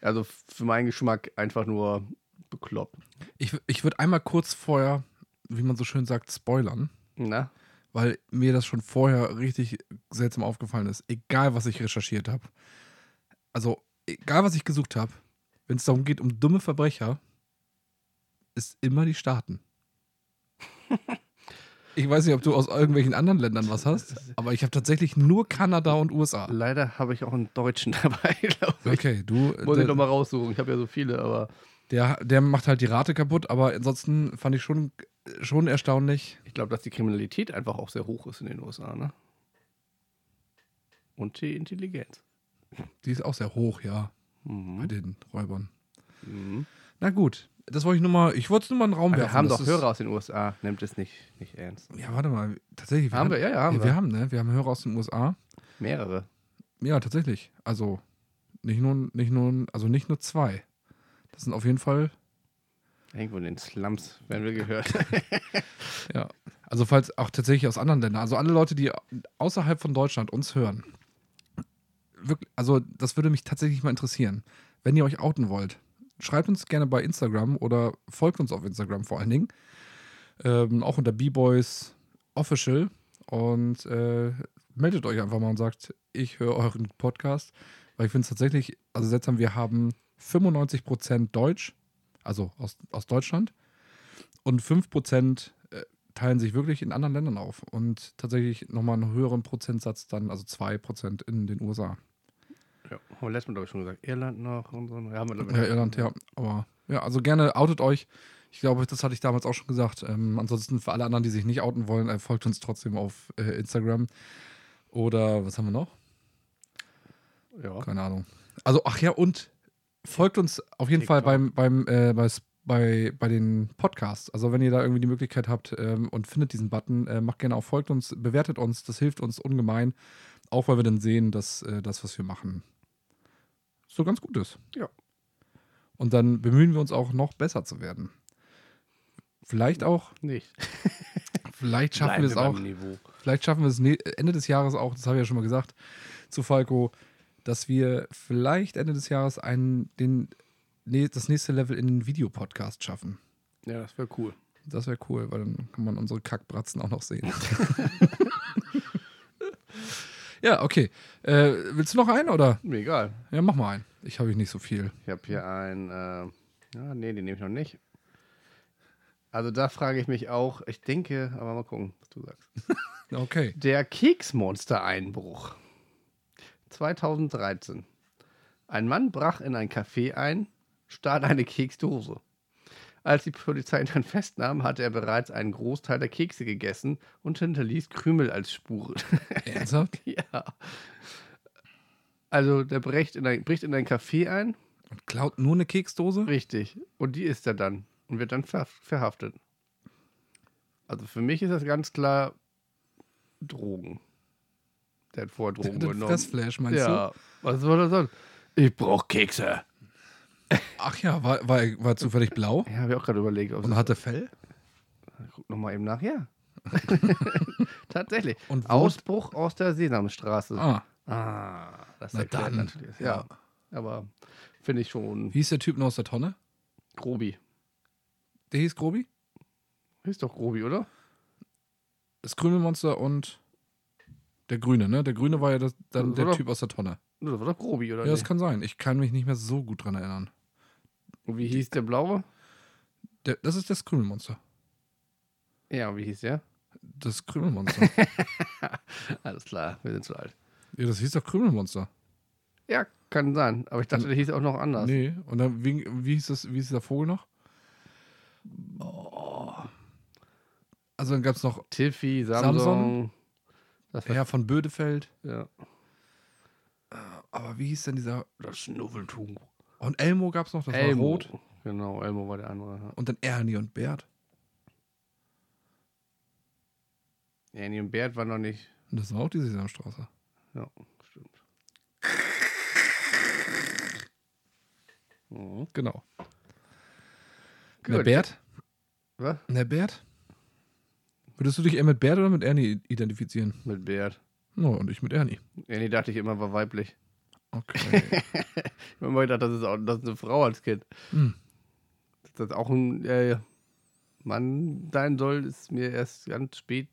C: Also f- für meinen Geschmack einfach nur bekloppt.
D: Ich, w- ich würde einmal kurz vorher, wie man so schön sagt, spoilern,
C: Na?
D: weil mir das schon vorher richtig seltsam aufgefallen ist. Egal, was ich recherchiert habe. Also, egal, was ich gesucht habe, wenn es darum geht, um dumme Verbrecher, ist immer die Staaten. Ich weiß nicht, ob du aus irgendwelchen anderen Ländern was hast, aber ich habe tatsächlich nur Kanada und USA.
C: Leider habe ich auch einen Deutschen [LAUGHS] dabei, glaube ich.
D: Okay, du.
C: Muss ich
D: äh,
C: nochmal raussuchen. Ich habe ja so viele, aber
D: Der, der macht halt die Rate kaputt, aber ansonsten fand ich schon, schon erstaunlich.
C: Ich glaube, dass die Kriminalität einfach auch sehr hoch ist in den USA, ne? Und die Intelligenz.
D: Die ist auch sehr hoch, ja. bei
C: Mhm.
D: den Räubern.
C: Mhm. Ah,
D: Na gut, das wollte ich nur mal, ich wollte es nur mal in den Raum
C: Wir
D: werfen.
C: haben
D: das
C: doch
D: ist-
C: Hörer aus den USA, nimmt es nicht, nicht ernst.
D: Ja, warte mal, tatsächlich.
C: Haben wir, ja, ja, haben
D: wir.
C: wir.
D: haben, ne? Wir haben Hörer aus den USA.
C: Mehrere.
D: Ja, tatsächlich. Also nicht nur, nicht nur, also nicht nur zwei. Das sind auf jeden Fall,
C: Irgendwo in den Slums werden wir
D: [LAUGHS]
C: gehört.
D: ja. Also falls auch tatsächlich aus anderen Ländern. Also alle Leute, die außerhalb von Deutschland uns hören. wirklich, also das würde mich tatsächlich mal interessieren. Wenn ihr euch outen wollt, schreibt uns gerne bei Instagram oder folgt uns auf Instagram vor allen Dingen. Ähm, auch unter B-Boys Official. Und äh, meldet euch einfach mal und sagt, ich höre euren Podcast. Weil ich finde es tatsächlich, also seltsam, wir haben 95% Deutsch, also aus, aus Deutschland. Und 5% äh, teilen sich wirklich in anderen Ländern auf. Und tatsächlich nochmal einen höheren Prozentsatz dann, also 2% in den USA.
C: Ja, haben wir letztes Mal, glaube ich, schon gesagt. Irland noch und so. Ja, haben wir, glaub ich,
D: Ja, Äh, Irland, ja. Aber ja, also gerne outet euch. Ich glaube, das hatte ich damals auch schon gesagt. Ähm, ansonsten für alle anderen, die sich nicht outen wollen, äh, folgt uns trotzdem auf äh, Instagram. Oder was haben wir noch?
C: Ja.
D: Keine Ahnung. Also, ach ja, und folgt uns auf jeden Fall beim, beim, äh, bei, Sp- bei, bei den Podcasts. Also, wenn ihr da irgendwie die Möglichkeit habt ähm, und findet diesen Button, äh, macht gerne auch, folgt uns, bewertet uns, das hilft uns ungemein. Auch weil wir dann sehen, dass äh, das, was wir machen, so ganz gut ist.
C: Ja.
D: Und dann bemühen wir uns auch noch besser zu werden. Vielleicht auch,
C: Nicht.
D: vielleicht schaffen wir es
C: Bleiben
D: auch.
C: beim Niveau.
D: Vielleicht schaffen wir es ne- Ende des Jahres auch, das habe ich ja schon mal gesagt, zu Falco, dass wir vielleicht Ende des Jahres einen, den, ne, das nächste Level in den Videopodcast schaffen.
C: Ja, das wäre cool.
D: Das wäre cool, weil dann kann man unsere Kackbratzen auch noch sehen. [LAUGHS] ja, okay. Äh, willst du noch einen oder?
C: Mir egal.
D: Ja, mach mal einen. Ich habe nicht so viel.
C: Ich habe hier einen. Äh, ja, nee, den nehme ich noch nicht. Also da frage ich mich auch, ich denke, aber mal gucken, was du sagst. [LAUGHS]
D: Okay.
C: Der Keksmonster-Einbruch. 2013. Ein Mann brach in ein Café ein, stahl eine Keksdose. Als die Polizei ihn dann festnahm, hatte er bereits einen Großteil der Kekse gegessen und hinterließ Krümel als Spuren. [LAUGHS]
D: Ernsthaft?
C: ja. Also der bricht in ein, bricht in ein Café ein,
D: Und klaut nur eine Keksdose?
C: Richtig. Und die ist er dann und wird dann verhaft- verhaftet. Also für mich ist das ganz klar Drogen. Der hat vorher Drogen
D: Der
C: genommen.
D: Fressflash, meinst
C: ja. Was soll das sonst? Ich brauche Kekse.
D: du? Ach ja, war, war, er- war er zufällig blau
C: Ja, habe ich auch gerade überlegt. Ob
D: und hatte Fell?
C: Guck nochmal eben nach.
D: [LAUGHS]
C: Ja. Tatsächlich.
D: Und wo-
C: Ausbruch aus der Sesamstraße.
D: Ah.
C: Ah, das
D: Na
C: erklärt
D: dann.
C: natürlich. das. Ja. Aber finde ich schon
D: Wie hieß der Typ noch aus der Tonne?
C: Grobi.
D: Der hieß Grobi?
C: Ist doch Grobi, oder?
D: Das grüne Monster und der Grüne, ne? Der Grüne war ja das,
C: Das
D: dann der
C: war Also doch-
D: Typ aus der Tonne.
C: Das war doch Grobi, oder?
D: Ja, das
C: nicht?
D: kann sein. Ich kann mich nicht mehr so gut dran erinnern.
C: Und wie hieß der Blaue?
D: Der, das ist das grüne Monster.
C: Ja, wie hieß der? [LAUGHS]
D: Das Krümelmonster.
C: Alles klar, wir sind zu alt.
D: ja, das hieß doch Krümelmonster.
C: Ja, kann sein. Aber ich dachte, der hieß auch noch anders.
D: Nee, und dann, wie, wie, hieß das, wie hieß der Vogel noch? Also dann gab es noch
C: Tiffy, Samsung.
D: Samson?
C: Das war,
D: Herr von Bödefeld.
C: ja.
D: Aber wie hieß denn dieser?
C: Das Schnuffeltuch.
D: Und Elmo gab es noch, das
C: Elmo.
D: war rot.
C: Genau, Elmo war der andere.
D: Und dann Ernie und Bert.
C: ja. Ernie und Bert waren noch nicht.
D: Und das war auch die Sesamstraße.
C: Ja, stimmt. Mhm.
D: Genau.
C: Gut.
D: Der Bert?
C: Was?
D: Der Bert? Würdest du dich eher mit Bert oder mit Ernie identifizieren?
C: Mit Bert.
D: No, und ich mit Ernie.
C: Ernie dachte ich immer, war weiblich.
D: Okay.
C: Ich habe immer gedacht, das ist, auch, das ist eine Frau als Kind.
D: Hm.
C: Dass das auch ein äh, Mann sein soll, ist mir erst ganz spät.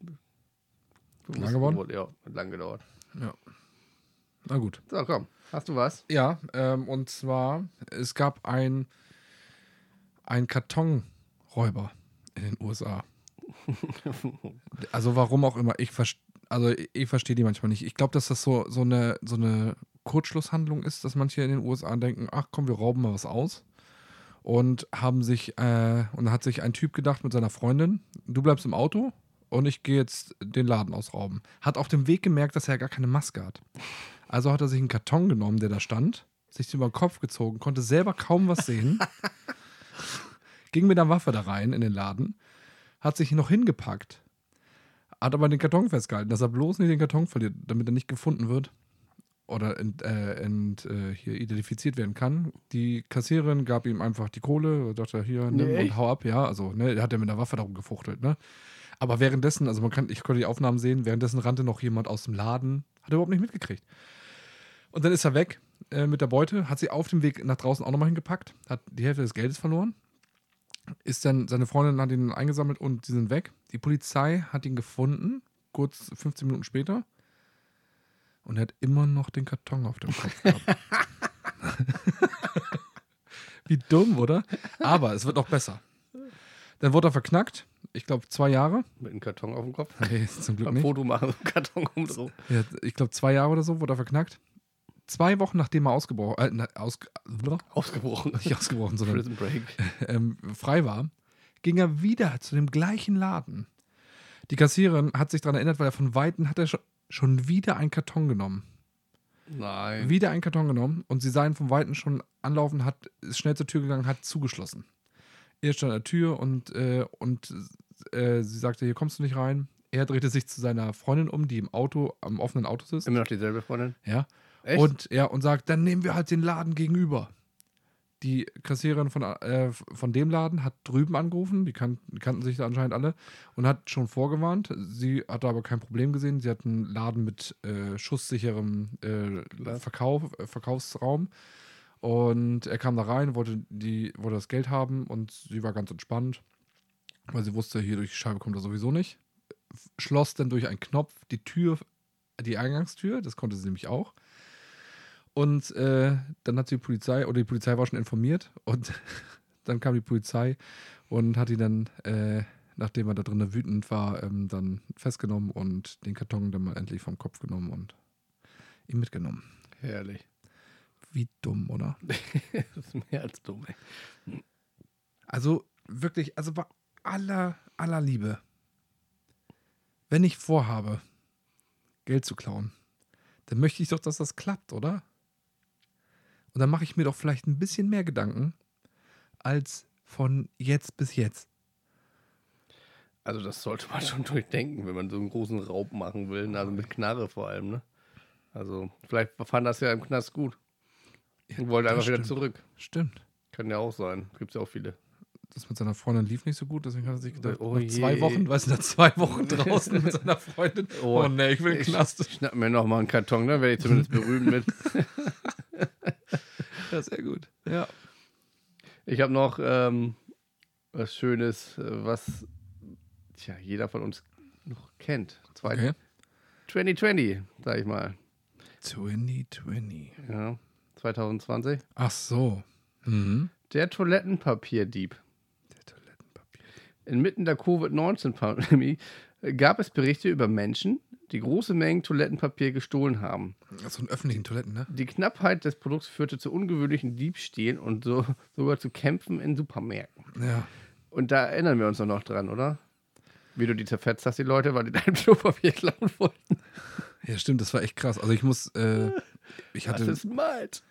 C: bewusst
D: geworden?
C: Ja, hat lang gedauert.
D: Na gut.
C: So, komm. Hast du was?
D: Ja, ähm, und zwar, es gab ein, ein Kartonräuber in den USA. Also warum auch immer, ich verstehe. Also ich verstehe die manchmal nicht. Ich glaube, dass das so, so, eine, so eine Kurzschlusshandlung ist, dass manche in den USA denken, ach komm, wir rauben mal was aus. Und haben sich, äh, und hat sich ein Typ gedacht mit seiner Freundin, du bleibst im Auto und ich gehe jetzt den Laden ausrauben. Hat auf dem Weg gemerkt, dass er gar keine Maske hat. Also hat er sich einen Karton genommen, der da stand, sich über den Kopf gezogen, konnte selber kaum was sehen, ging mit einer Waffe da rein in den Laden, hat sich noch hingepackt, hat aber den Karton festgehalten, dass er bloß nicht den Karton verliert, damit er nicht gefunden wird oder ent, äh, ent, äh, hier identifiziert werden kann. Die Kassiererin gab ihm einfach die Kohle, dachte hier, nimm
C: Nee, echt?
D: und hau ab, ja, also, ne, er hat ja mit einer Waffe darum gefuchtelt, ne? Aber währenddessen, also man kann, ich konnte die Aufnahmen sehen, währenddessen rannte noch jemand aus dem Laden, hat er überhaupt nicht mitgekriegt. Und dann ist er weg äh, mit der Beute, hat sie auf dem Weg nach draußen auch nochmal hingepackt, hat die Hälfte des Geldes verloren, ist dann, seine Freundin hat ihn eingesammelt und sie sind weg. Die Polizei hat ihn gefunden, kurz 15 Minuten später. Und er hat immer noch den Karton auf dem Kopf gehabt. [LAUGHS] Wie dumm, oder? Aber es wird noch besser. Dann wurde er verknackt, ich glaube zwei Jahre.
C: Mit einem Karton auf dem Kopf.
D: Nee, zum Glück
C: Beim
D: nicht.
C: Foto machen, [LAUGHS] so einen Karton um so.
D: Ja, ich glaube, zwei Jahre oder so wurde er verknackt. Zwei Wochen nachdem er ausgebrochen, äh, na, aus, [LAUGHS]
C: [LAUGHS] Ausgebrochen.
D: nicht ausgebrochen, sondern
C: Prison Break.
D: ähm, frei war, ging er wieder zu dem gleichen Laden. Die Kassiererin hat sich daran erinnert, weil er von Weitem hat er schon, schon wieder einen Karton genommen.
C: Nein.
D: Wieder einen Karton genommen und sie sah ihn von Weitem schon anlaufen, hat, ist schnell zur Tür gegangen, hat zugeschlossen. Er stand an der Tür und, äh, und äh, sie sagte, hier kommst du nicht rein. Er drehte sich zu seiner Freundin um, die im Auto, am offenen Auto sitzt.
C: Immer noch dieselbe Freundin.
D: Ja.
C: Echt?
D: Und ja, und sagt, dann nehmen wir halt den Laden gegenüber. Die Kassiererin von, äh, von dem Laden hat drüben angerufen, die kan kannten sich da anscheinend alle und hat schon vorgewarnt. Sie hatte aber kein Problem gesehen. Sie hat einen Laden mit äh, schusssicherem äh,
C: Klar.
D: Verkauf, äh, Verkaufsraum. Und er kam da rein, wollte, die, wollte das Geld haben und sie war ganz entspannt, weil sie wusste, hier durch die Scheibe kommt er sowieso nicht. Schloss dann durch einen Knopf die Tür, die Eingangstür, das konnte sie nämlich auch. Und äh, dann hat die Polizei, oder die Polizei war schon informiert, und [LAUGHS] dann kam die Polizei und hat ihn dann, äh, nachdem er da drinnen wütend war, ähm, dann festgenommen und den Karton dann mal endlich vom Kopf genommen und ihn mitgenommen.
C: Herrlich.
D: Wie dumm, oder?
C: [LAUGHS] Das ist mehr als dumm, ey.
D: Also wirklich, also bei aller, aller Liebe, wenn ich vorhabe, Geld zu klauen, dann möchte ich doch, dass das klappt, oder? Und dann mache ich mir doch vielleicht ein bisschen mehr Gedanken als von jetzt bis jetzt.
C: Also das sollte man schon [LAUGHS] durchdenken, wenn man so einen großen Raub machen will. Also mit Knarre vor allem, ne? Also vielleicht fand das ja im Knast gut und wollte
D: das
C: einfach wieder
D: stimmt.
C: zurück.
D: Stimmt.
C: Kann ja auch sein. Gibt es ja auch viele.
D: Das mit seiner Freundin lief nicht so gut, deswegen hat er sich gedacht,
C: Oh
D: nach zwei
C: je.
D: Wochen, weißt du, nach zwei [LAUGHS] Wochen draußen mit seiner Freundin. Oh, nee, ich will in den Knast.
C: Ich schnapp mir nochmal einen Karton, dann werde ich [LAUGHS] zumindest berühmt mit.
D: Ja, sehr gut. Ja.
C: Ich habe noch ähm, was Schönes, äh, was tja, jeder von uns noch kennt. Zwei,
D: Okay.
C: 2020, sag ich mal.
D: 2020.
C: Ja, 2020.
D: Ach so. Mhm.
C: Der Toilettenpapierdieb.
D: Der Toilettenpapier.
C: Inmitten der Covid-19-Pandemie gab es Berichte über Menschen, die große Mengen Toilettenpapier gestohlen haben.
D: Also in öffentlichen Toiletten, ne?
C: Die Knappheit des Produkts führte zu ungewöhnlichen Diebstählen und so, sogar zu Kämpfen in Supermärkten.
D: Ja.
C: Und da erinnern wir uns doch noch dran, oder? Wie du die zerfetzt hast, die Leute, weil die [LAUGHS] dein Klopapier klauen wollten.
D: Ja, stimmt, das war echt krass. Also ich muss, äh, ich
C: Das
D: hatte,
C: ist meins.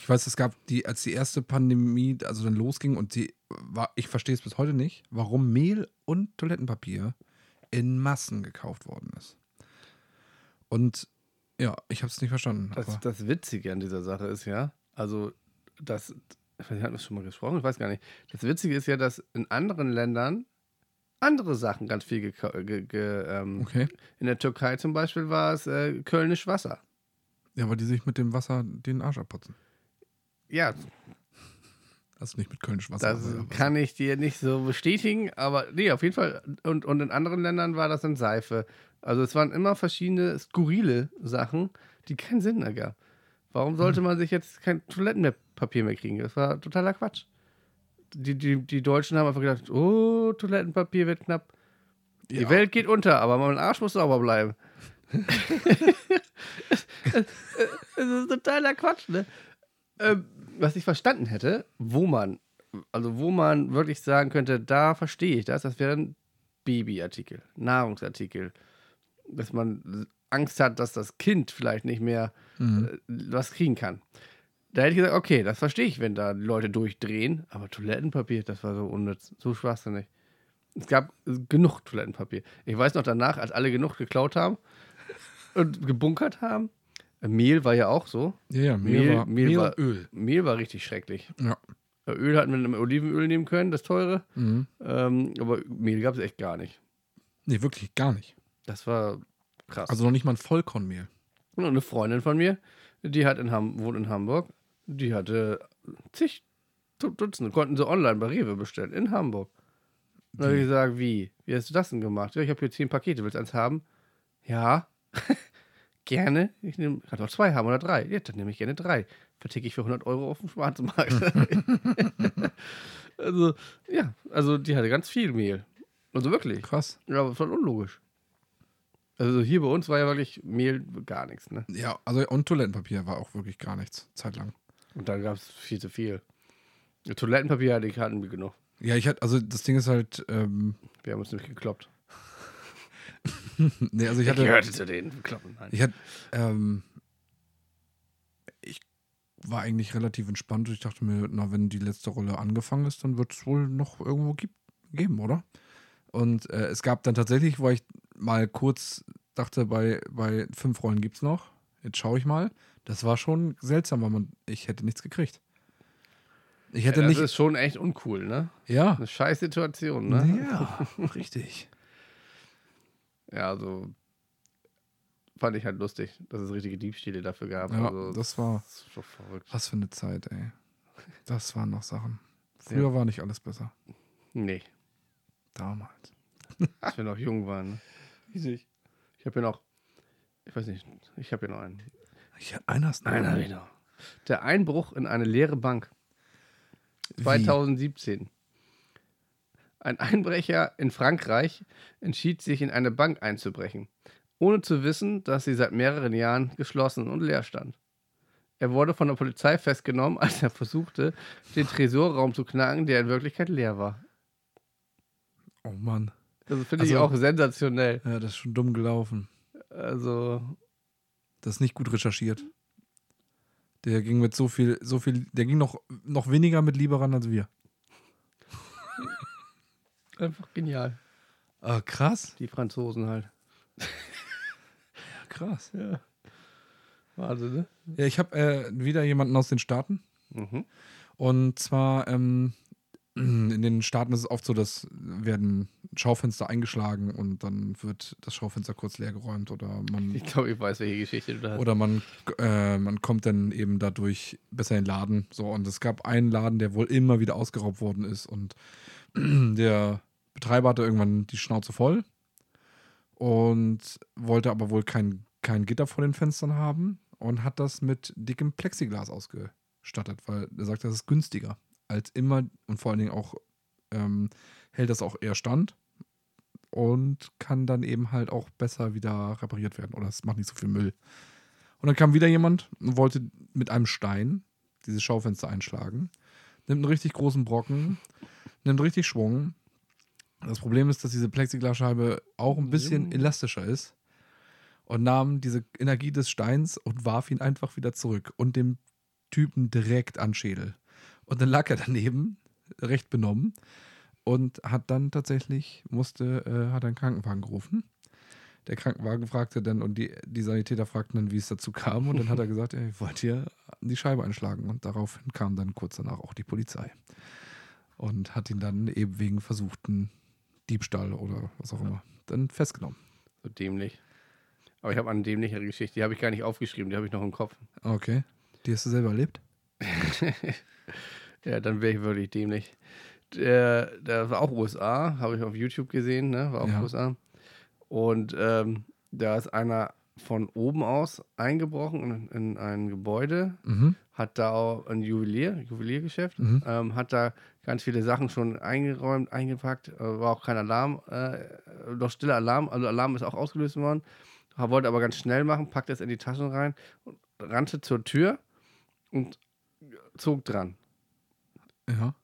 D: ich weiß, es gab die, als die erste Pandemie, also dann losging und die war, ich verstehe es bis heute nicht, warum Mehl und Toilettenpapier in Massen gekauft worden ist. Und ja, ich habe es nicht verstanden.
C: Das,
D: aber-
C: das Witzige an dieser Sache ist ja, also das, ich weiß nicht, hatten wir schon mal gesprochen, ich weiß gar nicht. Das Witzige ist ja, dass in anderen Ländern andere Sachen ganz viel gekau- ge, ge, ähm,
D: okay.
C: In der Türkei zum Beispiel war es äh, Kölnisch Wasser.
D: Ja, weil die sich mit dem Wasser den Arsch abputzen.
C: Ja,
D: Also nicht mit Kölnisch Wasser.
C: das
D: aber ja, Wasser.
C: kann ich dir nicht so bestätigen, aber nee, auf jeden Fall. Und, und in anderen Ländern war das dann Seife. Also es waren immer verschiedene skurrile Sachen, die keinen Sinn ergaben. Warum sollte man sich jetzt kein Toilettenpapier mehr kriegen? Das war totaler Quatsch. Die, die, die Deutschen haben einfach gedacht, oh, Toilettenpapier wird knapp. Die
D: Ja.
C: Welt geht unter, aber mein Arsch muss sauber bleiben. Das ist totaler Quatsch, ne? Ähm, was ich verstanden hätte, wo man, also wo man wirklich sagen könnte, da verstehe ich das, das wären Babyartikel, Nahrungsartikel. Dass man Angst hat, dass das Kind vielleicht nicht mehr äh, was kriegen kann. Da hätte ich gesagt, okay, das verstehe ich, wenn da die Leute durchdrehen, aber Toilettenpapier, das war so unnütz, so schwachsinnig. Es gab genug Toilettenpapier. Ich weiß noch danach, als alle genug geklaut haben und gebunkert haben. Mehl war ja auch so.
D: Ja, ja, Mehl,
C: Mehl-
D: war,
C: Mehl
D: Mehl,
C: war-
D: und Öl.
C: Mehl war richtig schrecklich.
D: Ja.
C: Äh, Öl hatten wir mit Olivenöl nehmen können, das teure.
D: Mhm.
C: Ähm, aber Mehl gab es echt gar nicht.
D: Nee, wirklich gar nicht.
C: Das war krass.
D: Also noch nicht mal ein Vollkornmehl.
C: Und eine Freundin von mir, die hat in Ham wohnt in Hamburg, die hatte zig Du- Dutzende, konnten sie online bei Rewe bestellen, in Hamburg. Und dann habe ich gesagt, wie? Wie hast du das denn gemacht? Ja, ich habe hier zehn Pakete, willst du eins haben? Ja, [LAUGHS] gerne. Ich nehme, kann doch zwei haben oder drei. Ja, dann nehme ich gerne drei. Verticke ich für 100 Euro auf dem Schwarzmarkt. [LAUGHS] also, ja, also die hatte ganz viel Mehl. Also wirklich.
D: Krass.
C: Ja, aber voll unlogisch. Also hier bei uns war ja wirklich Mehl gar nichts, ne?
D: Ja, also und Toilettenpapier war auch wirklich gar nichts, zeitlang.
C: Und dann gab es viel zu viel. Toilettenpapier hatte ich hatten wir genug.
D: Ja, ich hatte, also das Ding ist halt, ähm, [LAUGHS]
C: Wir haben uns nämlich gekloppt.
D: nee, also ich
C: Ich
D: hatte.
C: gehörte zu den Bekloppten. Nein.
D: Ich hatte, ähm, ich war eigentlich relativ entspannt. Ich dachte mir, na, wenn die letzte Rolle angefangen ist, dann wird es wohl noch irgendwo gibt, geben, oder? Und äh, es gab dann tatsächlich, weil ich mal kurz dachte, bei, bei fünf Rollen gibt es noch. Jetzt schaue ich mal. Das war schon seltsam, weil man, ich hätte nichts gekriegt. Ich hätte
C: ja, das
D: nicht.
C: ist schon echt uncool, ne?
D: ja.
C: Eine scheiß Situation, ne?
D: Ja, richtig.
C: [LAUGHS] Ja, also fand ich halt lustig, dass es richtige Diebstähle dafür gab.
D: Ja,
C: also,
D: das war.
C: ist schon verrückt.
D: Was für eine Zeit, ey. Das waren noch Sachen. Früher war nicht alles besser.
C: Nee,
D: Damals.
C: als wir noch jung waren.
D: [LAUGHS]
C: Ne? Riesig. Ich habe hier noch, ich weiß nicht, ich habe hier noch einen.
D: Ich, einer ist
C: Nein, habe ich noch. Der Einbruch in eine leere Bank. 2017. Ein Einbrecher in Frankreich entschied sich, in eine Bank einzubrechen, ohne zu wissen, dass sie seit mehreren Jahren geschlossen und leer stand. Er wurde von der Polizei festgenommen, [LAUGHS] als er versuchte, den Tresorraum zu knacken, der in Wirklichkeit leer war.
D: Oh Mann.
C: Das finde ich
D: Also-
C: auch sensationell.
D: Ja, das ist schon dumm gelaufen.
C: Also,
D: Das ist nicht gut recherchiert. Der ging mit so viel, so viel, der ging noch, noch weniger mit Liebe ran als wir.
C: einfach genial.
D: Ah, krass.
C: Die Franzosen halt.
D: Ja, krass.
C: Ja. Wahnsinn, ne?
D: Ja, ich habe äh, wieder jemanden aus den Staaten.
C: Mhm.
D: Und zwar ähm, in den Staaten ist es oft so, dass werden Schaufenster eingeschlagen und dann wird das Schaufenster kurz leer geräumt oder man
C: Ich glaube, ich weiß, welche Geschichte du da hast.
D: Oder man, äh, man kommt dann eben dadurch besser in den Laden. So, und es gab einen Laden, der wohl immer wieder ausgeraubt worden ist. Und [CLEARS THROAT] der Betreiber hatte irgendwann die Schnauze voll und wollte aber wohl kein, kein Gitter vor den Fenstern haben und hat das mit dickem Plexiglas ausgestattet, weil er sagt, das ist günstiger als immer und vor allen Dingen auch ähm, hält das auch eher stand und kann dann eben halt auch besser wieder repariert werden oder es macht nicht so viel Müll. Und dann kam wieder jemand und wollte mit einem Stein dieses Schaufenster einschlagen, nimmt einen richtig großen Brocken, nimmt richtig Schwung. Das Problem ist, dass diese Plexiglasscheibe auch ein bisschen
C: Juhu.
D: elastischer ist und nahm diese Energie des Steins und warf ihn einfach wieder zurück und dem Typen direkt an den Schädel. Und dann lag er daneben, recht benommen und hat dann tatsächlich musste äh, hat einen Krankenwagen gerufen. Der Krankenwagen fragte dann und die, die Sanitäter fragten dann, wie es dazu kam und dann [LAUGHS] hat er gesagt, ey, ich wollte hier die Scheibe einschlagen und daraufhin kam dann kurz danach auch die Polizei und hat ihn dann eben wegen versuchten Diebstahl oder was auch immer dann festgenommen.
C: So dämlich. Aber ich habe eine dämlichere Geschichte, die habe ich gar nicht aufgeschrieben, die habe ich noch im Kopf.
D: Okay, die hast du selber erlebt?
C: Ja, dann wäre ich wirklich dämlich. Der, der war auch USA, habe ich auf YouTube gesehen, ne? War auch
D: Ja.
C: USA. Und ähm, da ist einer von oben aus eingebrochen in, in ein Gebäude,
D: Mhm.
C: hat da auch ein Juwelier, Juweliergeschäft,
D: Mhm.
C: ähm, hat da ganz viele Sachen schon eingeräumt, eingepackt, äh, war auch kein Alarm, äh, doch stiller Alarm, also Alarm ist auch ausgelöst worden, er wollte aber ganz schnell machen, packte es in die Taschen rein, und rannte zur Tür und zog dran,
D: Ja.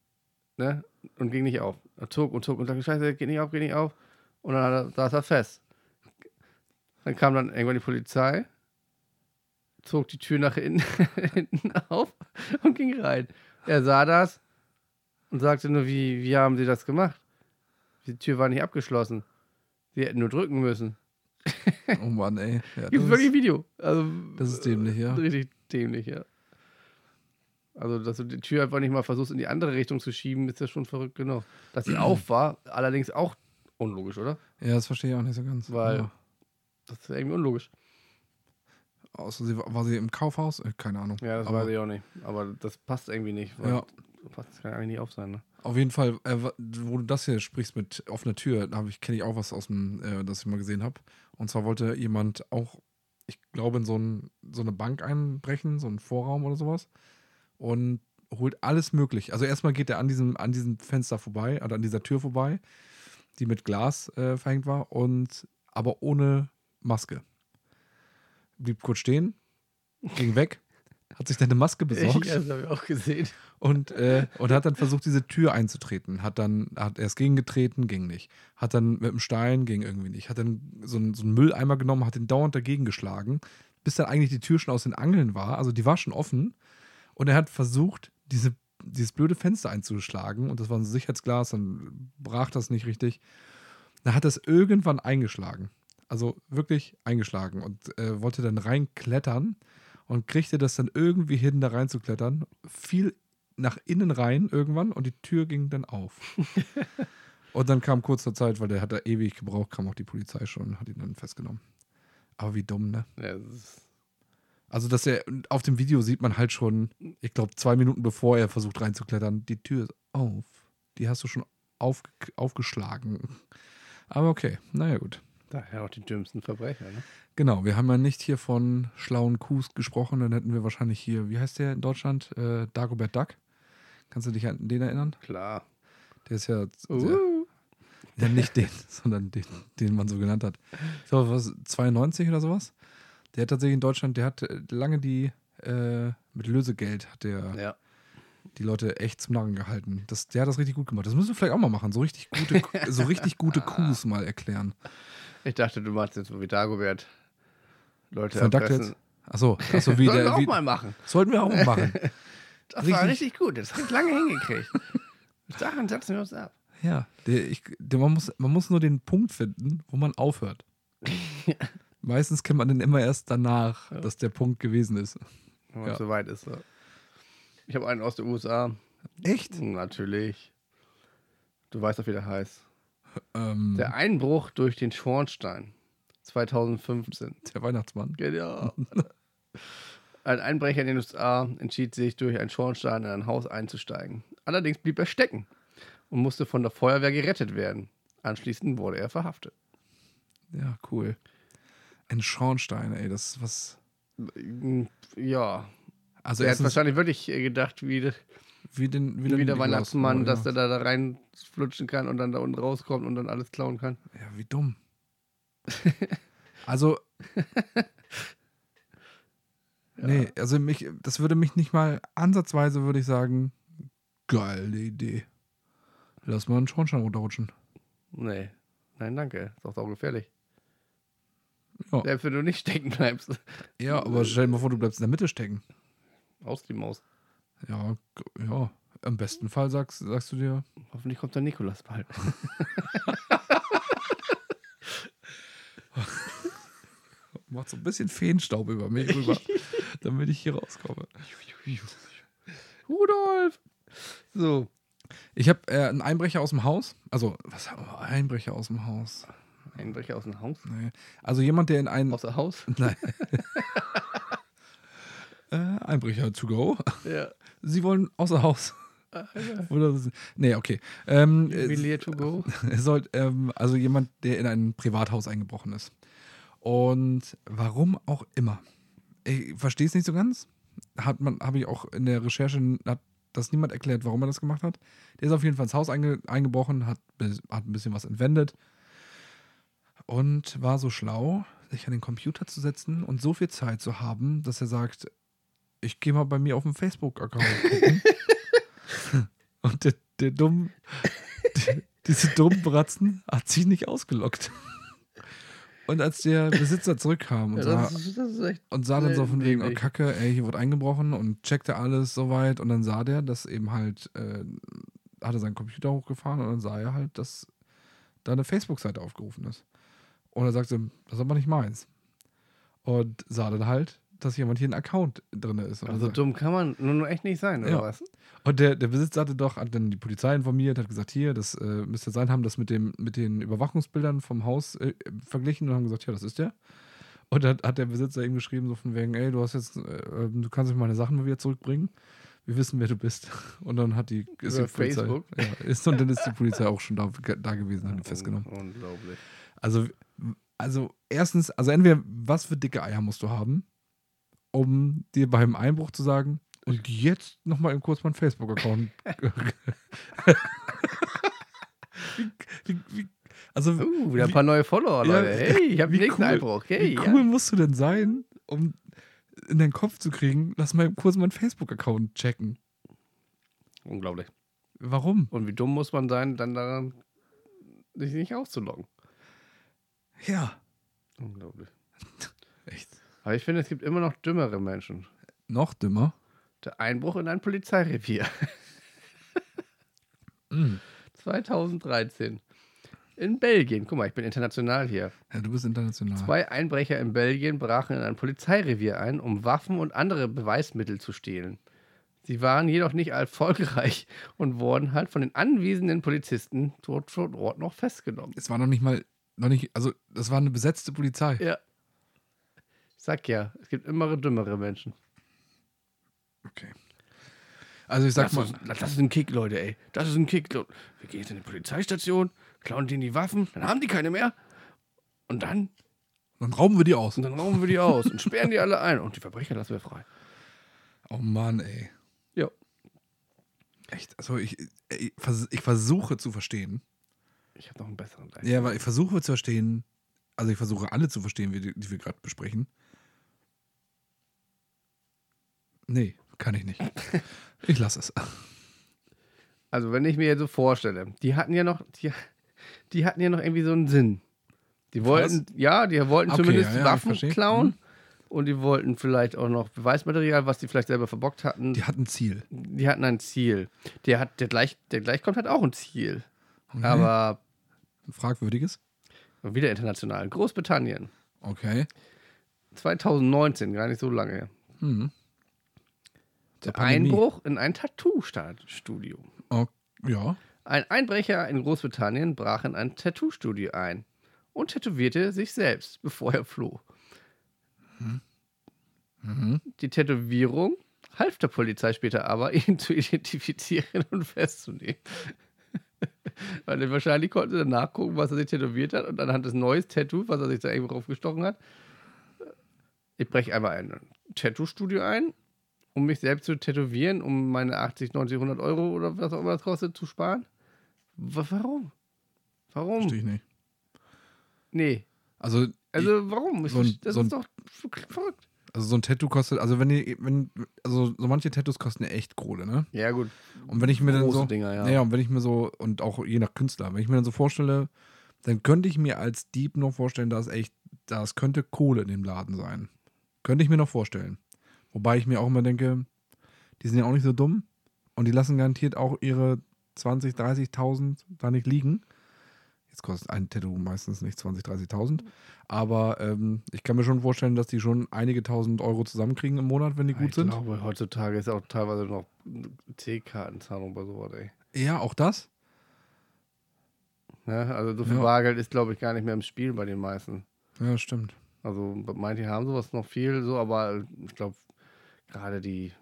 C: ne, und ging nicht auf. Er zog und zog und sagte, scheiße, geht nicht auf, geht nicht auf, und dann hat er, saß er fest. Dann kam dann irgendwann die Polizei, zog die Tür nach hinten, [LAUGHS] hinten auf und ging rein. Er sah das und sagte nur, wie, wie haben sie das gemacht? Die Tür war nicht abgeschlossen. Sie hätten nur drücken müssen.
D: Oh Mann, ey. Ja,
C: Gibt
D: das
C: wirklich
D: ist-
C: Video. Also,
D: das ist dämlich,
C: [LAUGHS]
D: ja.
C: Richtig dämlich, ja. Also, dass du die Tür einfach nicht mal versuchst, in die andere Richtung zu schieben, ist ja schon verrückt genug. Dass sie auf war, allerdings auch unlogisch, oder?
D: ja, das verstehe ich auch nicht so ganz.
C: Weil-
D: ja.
C: Das ist ja irgendwie unlogisch.
D: Außer sie war war sie im Kaufhaus? Äh, keine Ahnung.
C: Ja, das
D: Aber
C: weiß ich auch nicht. Aber das passt irgendwie nicht. weil-
D: Ja.
C: Das kann eigentlich nicht auf sein, ne?
D: Auf jeden Fall, äh, wa- wo du das hier sprichst mit offener Tür, da hab ich, kenne ich auch was aus dem, äh, das ich mal gesehen habe. Und zwar wollte jemand auch, ich glaube, in so, ein, so eine Bank einbrechen, so einen Vorraum oder sowas. Und holt alles möglich. Also erstmal geht er an diesem, an diesem Fenster vorbei, also an dieser Tür vorbei, die mit Glas äh, verhängt war, und aber ohne Maske. Blieb kurz stehen, ging weg, hat sich dann eine Maske besorgt
C: Ich, das habe ich auch gesehen.
D: und, äh, und hat dann versucht, diese Tür einzutreten. Hat dann, hat erst gegengetreten, ging nicht. Hat dann mit dem Stein, ging irgendwie nicht. Hat dann so einen, so einen Mülleimer genommen, hat den dauernd dagegen geschlagen, bis dann eigentlich die Tür schon aus den Angeln war. Also die war schon offen. Und er hat versucht, diese, dieses blöde Fenster einzuschlagen. Und das war ein Sicherheitsglas, dann brach das nicht richtig. Dann hat er es irgendwann eingeschlagen. Also wirklich eingeschlagen und äh, wollte dann reinklettern und kriegte das dann irgendwie hin, da reinzuklettern. Fiel nach innen rein irgendwann und die Tür ging dann auf. und dann kam kurzer Zeit, weil der hat da ewig gebraucht, kam auch die Polizei schon und hat ihn dann festgenommen. Aber wie dumm, ne?
C: Ja, das ist,
D: Also, dass er auf dem Video sieht man halt schon, ich glaube, zwei Minuten bevor er versucht reinzuklettern, die Tür ist auf. Die hast du schon auf, aufgeschlagen. Aber okay, naja, gut.
C: daher auch die dümmsten Verbrecher, ne?
D: Genau, wir haben ja nicht hier von schlauen Kuhs gesprochen, dann hätten wir wahrscheinlich hier, wie heißt der in Deutschland? Äh, Dagobert Duck. Kannst du dich an den erinnern?
C: Klar.
D: Der ist ja sehr,
C: Uh,
D: ja, nicht den, [LAUGHS] sondern den, den man so genannt hat. Ich glaube, was 92 oder sowas. Der hat tatsächlich in Deutschland, der hat äh, lange die äh, mit Lösegeld hat der
C: ja.
D: die Leute echt zum Narren gehalten. Das, der hat das richtig gut gemacht. Das müssen wir vielleicht auch mal machen. So richtig gute,
C: [LAUGHS]
D: so richtig gute Coups mal erklären.
C: Ich dachte, du machst jetzt so wie Dagobert. Leute
D: Von Duck
C: erpressen.
D: jetzt. Achso, achso,
C: [LAUGHS] Sollen
D: wie der.
C: wir auch
D: Wie,
C: mal machen.
D: sollten wir auch
C: [LAUGHS]
D: mal machen.
C: Das war richtig gut. Das habe ich lange [LAUGHS] hingekriegt. Sachen setzen wir uns ab.
D: Ja, der, ich, der, man, muss, man muss nur den Punkt finden, wo man
C: [LAUGHS]
D: aufhört. Meistens kennt man den immer erst danach, dass der Punkt gewesen ist.
C: Wenn man
D: Ja.
C: so weit ist. So. Ich habe einen aus den USA.
D: Echt?
C: Hm, Natürlich. Du weißt doch, wie der heißt.
D: Ähm,
C: Der Einbruch durch den Schornstein. 2015.
D: der Weihnachtsmann. [LAUGHS]
C: Genau. Ein Einbrecher in den USA entschied sich, durch einen Schornstein in ein Haus einzusteigen. Allerdings blieb er stecken und musste von der Feuerwehr gerettet werden. Anschließend wurde er verhaftet.
D: Ja, cool. Ein Schornstein, ey, das ist was.
C: Hm, Ja,
D: Also
C: er hat
D: erstens,
C: wahrscheinlich wirklich äh, gedacht, wie, de-
D: wie, den,
C: wie der
D: Nikolaus, genau.
C: Weihnachtsmann,
D: aber
C: dass
D: ja.
C: er da, da reinflutschen kann und dann da unten rauskommt und dann alles klauen kann.
D: Ja,
C: [LAUGHS]
D: wie dumm. Also. Nee, also mich, das würde mich nicht mal ansatzweise, würde ich sagen, geile Idee. Lass mal einen Schornstein runterrutschen.
C: Nee. Nein, danke. Ist auch saugefährlich.
D: Ja.
C: Selbst wenn du nicht stecken bleibst.
D: Ja, aber stell dir mal vor, du bleibst in der Mitte stecken.
C: Aus die Maus.
D: Ja, g- ja. Im besten Fall sagst, sagst du dir,
C: Hoffentlich kommt der Nikolas
D: [LAUGHS]
C: bald.
D: mach so ein bisschen Feenstaub über mich rüber, damit ich hier rauskomme.
C: Rudolf! So.
D: Ich habe äh, einen Einbrecher aus dem Haus. Also, was haben wir? Einbrecher aus dem Haus.
C: Einbrecher aus dem Haus?
D: Nee. Also jemand, der in einen
C: Außer Haus?
D: Nein. äh, Einbrecher to go. [LAUGHS]
C: Ja.
D: Sie wollen außer Haus. Oder so. nee, okay. Ähm, es-
C: Juwelier to go?
D: [LAUGHS] es soll, ähm, also jemand, der in ein Privathaus eingebrochen ist. Und warum auch immer. Ich verstehe es nicht so ganz. Hat man, habe ich auch in der Recherche, hat das niemand erklärt, warum er das gemacht hat. Der ist auf jeden Fall ins Haus einge, eingebrochen, hat, bis- hat ein bisschen was entwendet und war so schlau, sich an den Computer zu setzen und so viel Zeit zu haben, dass er sagt, ich gehe mal bei mir auf den Facebook-Account
C: [LAUGHS]
D: gucken. und der, der dumm, die- diese dummen Bratzen hat sich nicht ausgelockt. Und als der Besitzer zurückkam und
C: Ja,
D: sah,
C: das, ist, das ist echt.
D: und sah dann so von wegen, oh
C: Dämlich.
D: Kacke, ey, hier wurde eingebrochen und checkte alles soweit und dann sah der, dass eben halt, äh, hatte seinen Computer hochgefahren und dann sah er halt, dass da eine Facebook-Seite aufgerufen ist. Und er sagte, das ist aber nicht meins. Und sah dann halt, dass jemand hier ein Account drin ist. Und,
C: Also
D: dann-
C: dumm kann man nun echt nicht sein, oder
D: Ja.
C: was?
D: und der, der Besitzer hatte doch, hat dann die Polizei informiert, hat gesagt, hier, das äh, müsste sein, haben das mit, dem, mit den Überwachungsbildern vom Haus äh, verglichen und haben gesagt, ja, das ist der. Und dann hat der Besitzer ihm geschrieben, so von wegen, ey, du hast jetzt, äh, äh, du kannst mir meine Sachen wieder zurückbringen. Wir wissen, wer du bist. [LAUGHS] Und dann hat die, ist die
C: Über
D: Polizei.
C: Facebook?
D: Ja, ist, und dann ist die Polizei auch schon da, da gewesen, hat ihn festgenommen.
C: Unglaublich.
D: Also, also erstens, also entweder, was für dicke Eier musst du haben, um dir beim Einbruch zu sagen, und jetzt nochmal im kurz meinen
C: [LAUGHS]
D: Facebook-Account. wie, wie, wie, also,
C: Uh, wieder ein
D: Wie-
C: paar neue Follower,
D: Ja,
C: Leute. Hey, ich habe
D: wie
C: den nächsten
D: cool,
C: Einbruch. Hey,
D: wie
C: ja.
D: cool musst du denn sein, um in deinen Kopf zu kriegen, lass mal kurz meinen Facebook-Account checken.
C: Unglaublich.
D: Warum?
C: Und wie dumm muss man sein, dann daran sich nicht auszuloggen?
D: Ja.
C: Unglaublich.
D: Echt?
C: Aber ich finde, es gibt immer noch dümmere Menschen.
D: Noch dümmer.
C: Der Einbruch in ein Polizeirevier.
D: Mm.
C: 2013. In Belgien. Guck mal, ich bin international hier.
D: Ja, du bist international.
C: Zwei Einbrecher in Belgien brachen in ein Polizeirevier ein, um Waffen und andere Beweismittel zu stehlen. Sie waren jedoch nicht erfolgreich und wurden halt von den anwesenden Polizisten dort vor Ort noch festgenommen.
D: Es war noch nicht mal, noch nicht, also das war eine besetzte Polizei.
C: Ja. Ich sag ja, es gibt immer dümmere Menschen.
D: Okay. Also ich sag
C: das,
D: mal,
C: ist, das ist ein Kick, Leute, ey. Das ist ein Kick. Leute. Wir gehen jetzt in die Polizeistation, klauen denen die Waffen, dann haben die keine mehr. Und dann,
D: dann rauben wir die aus.
C: und dann rauben wir die aus und sperren die alle ein. Und die Verbrecher lassen wir frei.
D: Oh Mann, ey.
C: Ja.
D: Echt, also ich, ich, vers- ich versuche zu verstehen.
C: Ich habe noch einen besseren Teil.
D: Ja, weil ich versuche zu verstehen, also ich versuche alle zu verstehen, wie die, die wir gerade besprechen. Nee, kann ich
C: [LAUGHS]
D: nicht. Ich lasse es.
C: Also, wenn ich mir jetzt so vorstelle, die hatten ja noch, die, die hatten ja noch irgendwie so einen Sinn. Die wollten, ja, Mhm. die wollten
D: Okay,
C: zumindest
D: ja, ja,
C: Waffen
D: ich verstehe.
C: klauen und die wollten vielleicht auch noch Beweismaterial, was die vielleicht selber verbockt hatten.
D: Die hat ein Ziel.
C: Die hatten ein Ziel. Der hat, der gleich, der gleich kommt, hat auch ein Ziel.
D: Okay.
C: Aber
D: Ein Fragwürdiges.
C: wieder international. Großbritannien.
D: Okay.
C: 2019, gar nicht so lange her.
D: Hm.
C: Der
D: Zur Pandemie.
C: Einbruch in ein Tattoo-Studio.
D: Oh, ja.
C: Ein Einbrecher in Großbritannien brach in ein Tattoo-Studio ein und tätowierte sich selbst, bevor er floh.
D: Mhm.
C: Die Tätowierung half der Polizei später aber, [LAUGHS] ihn zu identifizieren und festzunehmen. [LAUGHS] Weil wahrscheinlich konnten sie dann nachgucken, was er sich tätowiert hat und anhand des neues Tattoo, was er sich da irgendwo draufgestochen hat. Ich breche einmal ein Tattoo-Studio ein, um mich selbst zu tätowieren, um meine 80, 90, 100 Euro oder was auch immer das kostet, zu sparen. Wa- warum? Warum?
D: Verstehe ich nicht.
C: Nee.
D: Also,
C: Also warum? Ich-
D: so ein-
C: das
D: so
C: ist
D: ein-
C: doch verrückt.
D: also so ein Tattoo kostet, also wenn die, wenn, also so manche Tattoos kosten ja echt Kohle, ne?
C: Ja, gut.
D: Und wenn ich mir dann
C: Große
D: so,
C: Dinger, ja.
D: und wenn ich mir so, und auch je nach Künstler, wenn ich mir dann so vorstelle, dann könnte ich mir als Dieb noch vorstellen, dass echt, das könnte Kohle in dem Laden sein. Könnte ich mir noch vorstellen. Wobei ich mir auch immer denke, die sind ja auch nicht so dumm und die lassen garantiert auch ihre 20, 30.000 da nicht liegen. Jetzt kostet ein Tattoo meistens nicht 20, 30.000. Aber ähm, ich kann mir schon vorstellen, dass die schon einige tausend Euro zusammenkriegen im Monat, wenn die gut
C: ich
D: sind.
C: glaube, heutzutage ist auch teilweise noch C-Kartenzahlung bei sowas, ey.
D: Ja, auch das.
C: Ne? Also so viel
D: Ja.
C: Bargeld ist, glaube ich, gar nicht mehr im Spiel bei den meisten.
D: Ja, stimmt.
C: Also manche haben sowas noch viel, so, aber ich glaube, gerade die,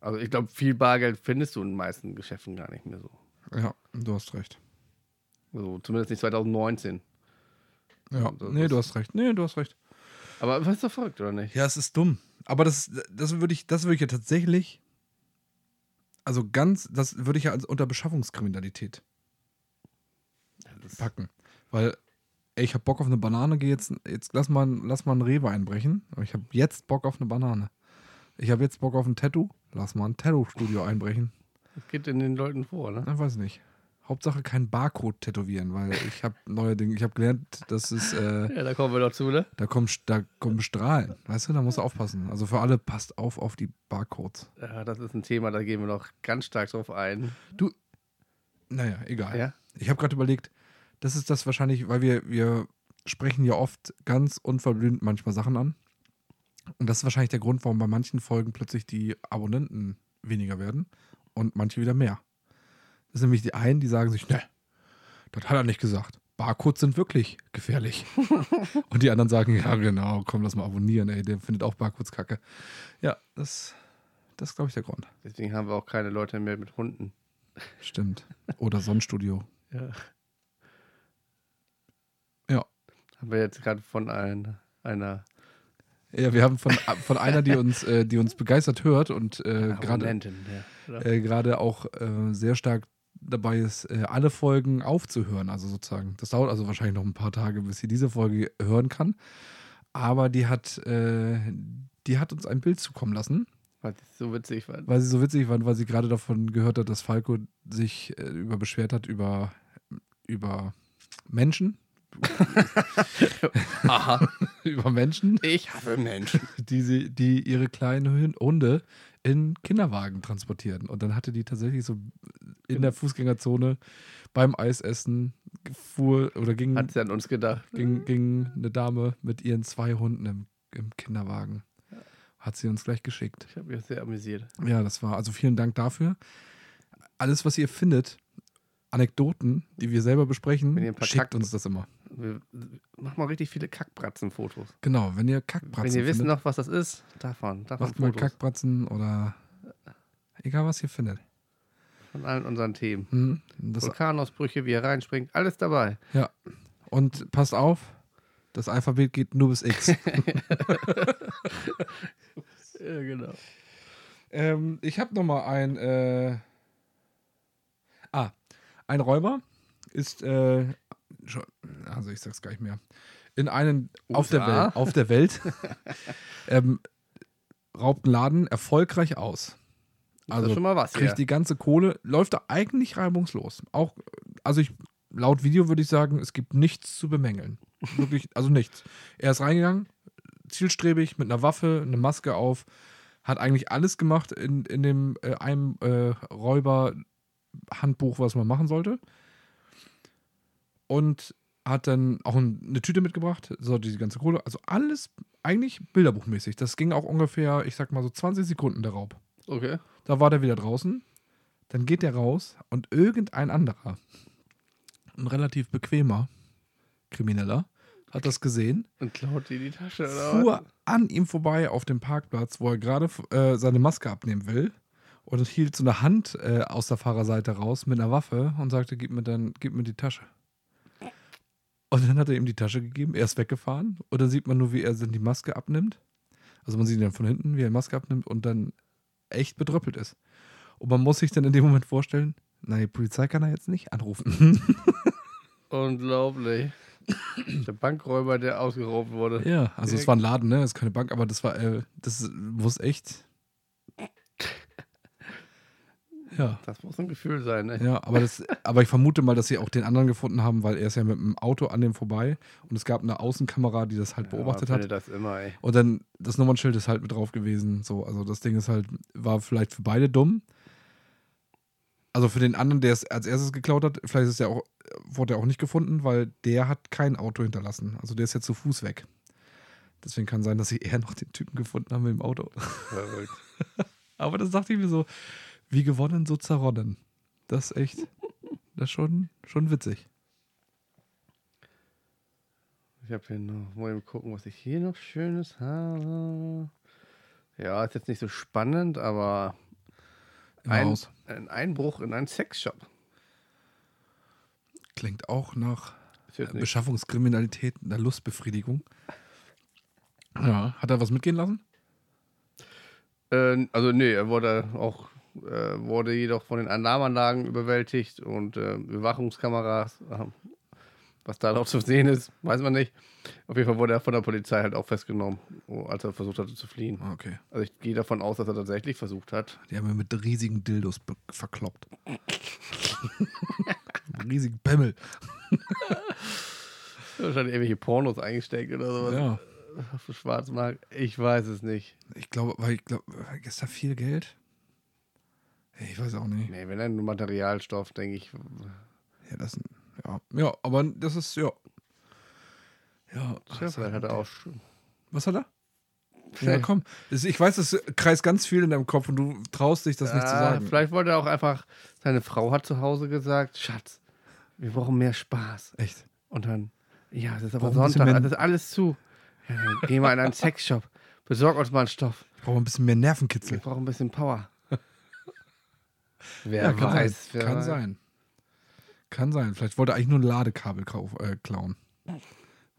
C: also ich glaube, viel Bargeld findest du in den meisten Geschäften gar nicht mehr so.
D: Ja, du hast recht.
C: Also zumindest nicht 2019.
D: Ja,
C: Und das
D: nee,
C: ist-
D: du hast recht. Nee, du hast recht.
C: Aber was ist doch verrückt, oder nicht?
D: Ja, es ist dumm. Aber das, das würde ich, das würde ich ja tatsächlich, also ganz, das würde ich ja als unter Beschaffungskriminalität
C: Das ist-
D: packen. Weil, ey, ich habe Bock auf eine Banane, geh jetzt, jetzt lass mal, lass mal einen Rewe einbrechen. Aber ich habe jetzt Bock auf eine Banane. Ich habe jetzt Bock auf ein Tattoo, lass mal ein Tattoo-Studio einbrechen.
C: das geht in den Leuten vor, ne?
D: Na, weiß nicht. Hauptsache kein Barcode tätowieren, weil ich habe neue Dinge, ich habe gelernt, dass es, äh,
C: Ja, da kommen wir doch zu, ne?
D: Da kommen, da kommen Strahlen. Weißt du, da musst du aufpassen. Also für alle, passt auf auf die Barcodes.
C: Ja, das ist ein Thema, da gehen wir noch ganz stark drauf ein.
D: Naja, egal.
C: Ja?
D: Ich habe gerade überlegt, das ist das wahrscheinlich, weil wir, wir sprechen ja oft ganz unverblümt manchmal Sachen an. Und das ist wahrscheinlich der Grund, warum bei manchen Folgen plötzlich die Abonnenten weniger werden und manche wieder mehr. Das sind nämlich die einen, die sagen sich, ne, das hat er nicht gesagt. Barcodes sind wirklich gefährlich. Und die anderen sagen, ja genau, komm, lass mal abonnieren, ey, der findet auch Barcodes kacke. Ja, das, das ist, glaube ich, der Grund.
C: Deswegen haben wir auch keine Leute mehr mit Hunden.
D: Stimmt. Oder Sonnenstudio.
C: Ja.
D: Ja.
C: Haben wir jetzt gerade von ein, einer
D: Ja, wir haben von, von einer, die uns, äh, die uns begeistert hört und äh, gerade
C: Abonnentin. Ja, oder?
D: äh, gerade auch äh, sehr stark dabei ist, äh, alle Folgen aufzuhören. Also sozusagen, das dauert also wahrscheinlich noch ein paar Tage, bis sie diese Folge hören kann. Aber die hat, äh, die hat uns ein Bild zukommen lassen,
C: Was ich so witzig fand.
D: weil sie so witzig war, und weil sie gerade davon gehört hat, dass Falco sich äh, über beschwert hat über, über Menschen,
C: Aha,
D: [LAUGHS] über Menschen,
C: ich hasse Menschen.
D: die, sie, die ihre kleinen Hün- Hunde in Kinderwagen transportierten. Und dann hatte die tatsächlich so in
C: Genau.
D: der Fußgängerzone beim Eisessen fuhr oder ging,
C: Hat sie Mhm. an uns gedacht.
D: ging, ging eine Dame mit ihren zwei Hunden im, im Kinderwagen. Hat sie uns gleich geschickt.
C: Ich habe mich sehr amüsiert.
D: Ja, das war also vielen Dank dafür. Alles, was ihr findet, Anekdoten, die wir
C: Wenn
D: selber
C: ihr ein
D: besprechen,
C: paar
D: schickt
C: Kack-
D: uns das immer.
C: Wir, mach mal richtig viele Kackbratzen-Fotos.
D: Genau, wenn ihr
C: Wenn
D: Kackbratzen
C: ihr wissen
D: findet,
C: noch, was das ist, davon. Davon
D: macht mal
C: Fotos. Äh.
D: Kackbratzen oder egal was ihr findet.
C: Von allen unseren Themen.
D: Mhm. Das,
C: Vulkanausbrüche, wie er reinspringt, alles dabei.
D: ja. Und passt auf, das Alphabet geht nur
C: [LAUGHS]
D: bis X.
C: Ja, genau.
D: ähm, ich habe nochmal ein. Äh, ah, ein Räuber ist. Äh, schon, also, ich sag's gleich mehr. In einen. Auf der
C: USA?
D: Welt. Auf
C: [LAUGHS]
D: der Welt ähm, raubt einen Laden erfolgreich aus.
C: Also, das ist schon mal was.
D: kriegt
C: Ja.
D: die ganze Kohle, läuft da eigentlich reibungslos. Auch, also ich, laut Video würde ich sagen, es gibt nichts zu bemängeln. Wirklich, also nichts. Er ist reingegangen, zielstrebig, mit einer Waffe, eine Maske auf, hat eigentlich alles gemacht in, in dem äh, einem äh, Räuber-Handbuch, was man machen sollte. Und hat dann auch ein- eine Tüte mitgebracht, so die ganze Kohle. Also alles eigentlich bilderbuchmäßig. Das ging auch ungefähr, ich sag mal so 20 Sekunden der Raub.
C: Okay.
D: Da war der wieder draußen. Dann geht der raus und irgendein anderer, ein relativ bequemer Krimineller, hat das gesehen,
C: Und klaut dir die Tasche, oder?
D: fuhr an ihm vorbei auf dem Parkplatz, wo er gerade äh, seine Maske abnehmen will und hielt so eine Hand äh, aus der Fahrerseite raus mit einer Waffe und sagte, gib mir, dann, gib mir die Tasche. Und dann hat er ihm die Tasche gegeben, er ist weggefahren und dann sieht man nur, wie er dann die Maske abnimmt. Also man sieht ihn dann von hinten, wie er die Maske abnimmt und dann echt bedröppelt ist. Und man muss sich dann in dem Moment vorstellen, na, die Polizei kann er jetzt nicht anrufen. [LAUGHS]
C: was? Unglaublich. der Bankräuber, der ausgeraubt wurde.
D: ja, also es war ein Laden, ne? Es ist keine Bank, aber das war, äh, das muss echt. Ja.
C: Das muss ein Gefühl sein, ne?
D: Ja, aber, das, aber ich vermute mal, dass sie auch den anderen gefunden haben, weil er ist ja mit dem Auto an dem vorbei und es gab eine Außenkamera, die das halt beobachtet
C: Ja, man
D: hat.
C: findet das immer, ey.
D: Und dann das Nummernschild ist halt mit drauf gewesen. So, also das Ding ist halt, war vielleicht für beide dumm. Also für den anderen, der es als erstes geklaut hat, vielleicht ist der auch, wurde er auch nicht gefunden, weil der hat kein Auto hinterlassen. Also der ist jetzt zu Fuß weg. Deswegen kann sein, dass sie eher noch den Typen gefunden haben mit dem Auto.
C: Verrückt.
D: Aber das dachte ich mir so, wie gewonnen, so zerronnen. Das ist echt, das ist schon, schon witzig.
C: Ich habe hier noch, mal eben gucken, was ich hier noch Schönes habe. Ja, ist jetzt nicht so spannend, aber
D: Im
C: ein,
D: Haus.
C: ein Einbruch in einen Sexshop.
D: Klingt auch nach
C: Ist jetzt nicht-
D: Beschaffungskriminalität, einer Lustbefriedigung. Ja, hat er was mitgehen lassen?
C: Äh, also nee, er wurde auch äh, wurde jedoch von den Alarmanlagen überwältigt und äh, Überwachungskameras, äh, was da noch zu sehen ist, weiß man nicht. Auf jeden Fall wurde er von der Polizei halt auch festgenommen, oh, als er versucht hatte zu fliehen.
D: Ah, Okay.
C: Also ich gehe davon aus, dass er tatsächlich versucht hat.
D: Die haben ihn mit riesigen Dildos be- verkloppt. [LAUGHS] riesigen Bämmel.
C: Wahrscheinlich irgendwelche Pornos eingesteckt oder sowas.
D: Ja.
C: Auf dem Schwarzmarkt. Ich weiß es nicht.
D: Ich glaube, weil ich glaube, ist da viel Geld? Ich weiß auch nicht.
C: Nee, wenn dann nur Materialstoff, denke ich.
D: Ja, das, ja. ja, aber das ist, ja. Ja,
C: Tja, vielleicht hat er auch schon.
D: Was hat er? Ja, komm. Es- Ich weiß, es kreist ganz viel in deinem Kopf und du traust dich, das nicht zu
C: Ah,
D: sagen.
C: vielleicht wollte er auch einfach, seine Frau hat zu Hause gesagt, Schatz, wir brauchen mehr Spaß.
D: Echt?
C: Und dann, ja, es ist aber
D: Warum müssen
C: Sonntag,
D: wir-
C: es ist alles zu. Ja, dann gehen wir in einen Sexshop, besorg uns mal einen Stoff.
D: Ich brauche ein bisschen mehr
C: Wir
D: Nervenkitzel.
C: brauchen ein bisschen Power. [LAUGHS] Wer
D: Ja, kann
C: weiß.
D: sein.
C: Wer
D: Kann
C: weiß.
D: sein. Kann sein. Vielleicht wollte er eigentlich nur ein Ladekabel kauf, äh, klauen.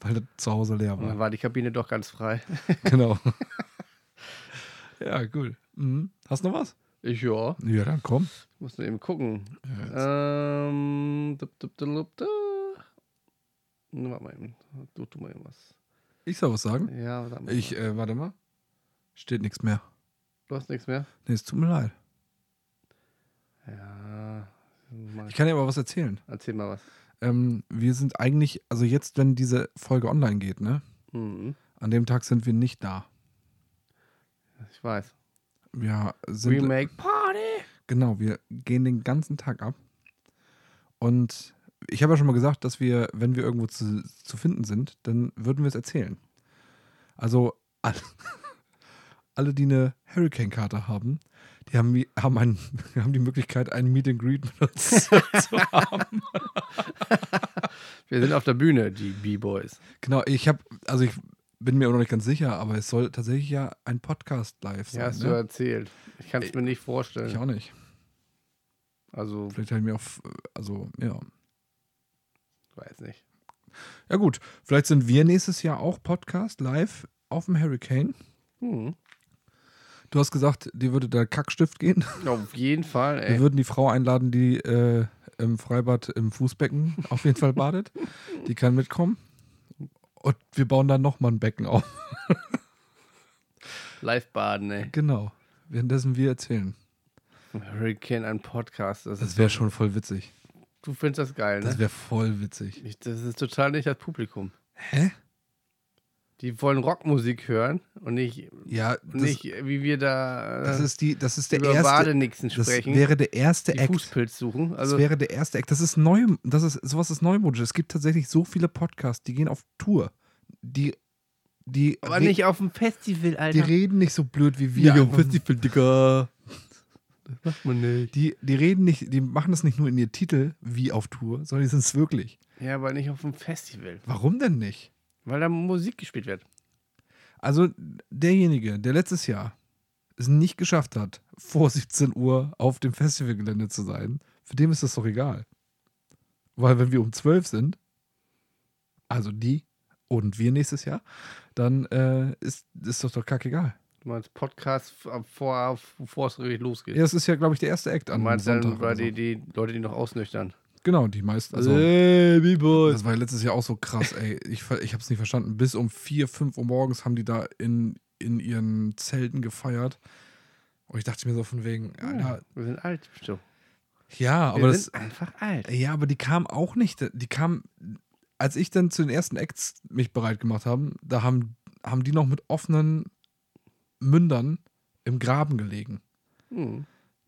D: Weil das zu Hause leer
C: Und
D: war.
C: dann war die Kabine doch ganz frei.
D: [LAUGHS] genau. [LAUGHS] ja, cool. Mhm. Hast du noch was?
C: Ich, ja.
D: Ja, dann komm.
C: Muss nur eben gucken. ähm. Dup, dup, dup, dup, dup. Ne, Warte mal eben. Du, tu mal eben was.
D: Ich soll was sagen.
C: Ja, sag mal.
D: Ich, äh, warte mal. Steht nichts mehr.
C: du hast nichts mehr?
D: Nee, es tut mir leid.
C: Ja. Mal.
D: Ich kann dir aber was erzählen.
C: Erzähl mal was.
D: Ähm, wir sind eigentlich, also jetzt, wenn diese Folge online geht, ne?
C: Mhm.
D: An dem Tag sind wir nicht da.
C: Ich weiß.
D: Ja, sind,
C: Remake Party!
D: Genau, wir gehen den ganzen Tag ab. Und ich habe ja schon mal gesagt, dass wir, wenn wir irgendwo zu, zu finden sind, dann würden wir es erzählen. Also alle, [LAUGHS] alle die eine Hurricane-Karte haben, die haben, mi- haben, ein, [LAUGHS] haben die Möglichkeit, einen Meet and Greet mit uns [LAUGHS] zu haben.
C: Wir sind auf der Bühne, die B-Boys.
D: Genau, ich habe, also ich bin mir auch noch nicht ganz sicher, aber es soll tatsächlich ja ein Podcast
C: Ja,
D: live sein.
C: hast du
D: ne?
C: erzählt. Ich kann es mir nicht
D: Ich
C: vorstellen.
D: auch nicht.
C: Also,
D: Vielleicht habe ich mir auch, also ja.
C: weiß nicht.
D: Ja gut, vielleicht sind wir nächstes Jahr auch Podcast live auf dem Hurricane.
C: Hm.
D: Du hast gesagt, dir würde der Kackstift gehen.
C: Auf jeden Fall,
D: Wir
C: ey.
D: würden die Frau einladen, die äh, im Freibad im Fußbecken auf jeden Fall badet. Die kann mitkommen. Und wir bauen dann nochmal ein Becken auf.
C: Live baden, ey.
D: Genau. Währenddessen wir erzählen.
C: Hurricane, ein Podcast. Das ist,
D: Das wäre schon voll witzig.
C: du findest das geil, ne?
D: Das wäre voll witzig.
C: Ich, das ist total nicht das Publikum.
D: Hä?
C: Die wollen Rockmusik hören und nicht,
D: Ja,
C: und
D: das,
C: nicht wie wir da äh,
D: das ist die, das ist der
C: über
D: erste.
C: Badenixen
D: Das
C: sprechen,
D: wäre der erste
C: die
D: Act.
C: Fußpilz suchen. Also,
D: das wäre der erste Act. Das ist neu, das ist, sowas ist Neumodisch. Es gibt tatsächlich so viele Podcasts, die gehen auf Tour. Die, die,
C: aber
D: re-
C: nicht auf dem Festival,
D: die
C: Alter.
D: reden nicht so blöd wie wir.
C: Digga,
D: Festival, Digga.
C: macht man nicht.
D: Die, die reden nicht, die machen das nicht nur in ihr Titel wie auf Tour, sondern die sind es wirklich.
C: Ja, aber nicht auf dem Festival,
D: Warum denn nicht?
C: weil da Musik gespielt wird.
D: Also derjenige, der letztes Jahr es nicht geschafft hat, vor 17 Uhr auf dem Festivalgelände zu sein, für dem ist das doch egal. Weil wenn wir um 12 sind, also die und wir nächstes Jahr, dann äh, ist, ist doch doch kackegal.
C: Du meinst Podcast vor, vor, bevor es richtig losgeht.
D: Ja, das ist ja, glaube ich, der erste Act
C: du
D: an
C: meinst
D: Sonntag
C: dann
D: oder
C: bei
D: so.
C: die, Äh. die Leute, die noch ausnüchtern.
D: Genau, die meisten. Also,
C: hey, B-Boy.
D: Das war letztes Jahr auch so krass, ey. Ich, ver- ich habe es nicht verstanden. Bis um 4, 5 Uhr morgens haben die da in, in ihren Zelten gefeiert. Und ich dachte mir so von wegen, Alter,
C: Wir sind alt, bestimmt.
D: ja,
C: Wir
D: aber das,
C: sind einfach alt.
D: ja, aber die kamen auch nicht, die kamen, als ich dann zu den ersten Acts mich bereit gemacht haben, da haben, haben die noch mit offenen Mündern im Graben gelegen.
C: Hm.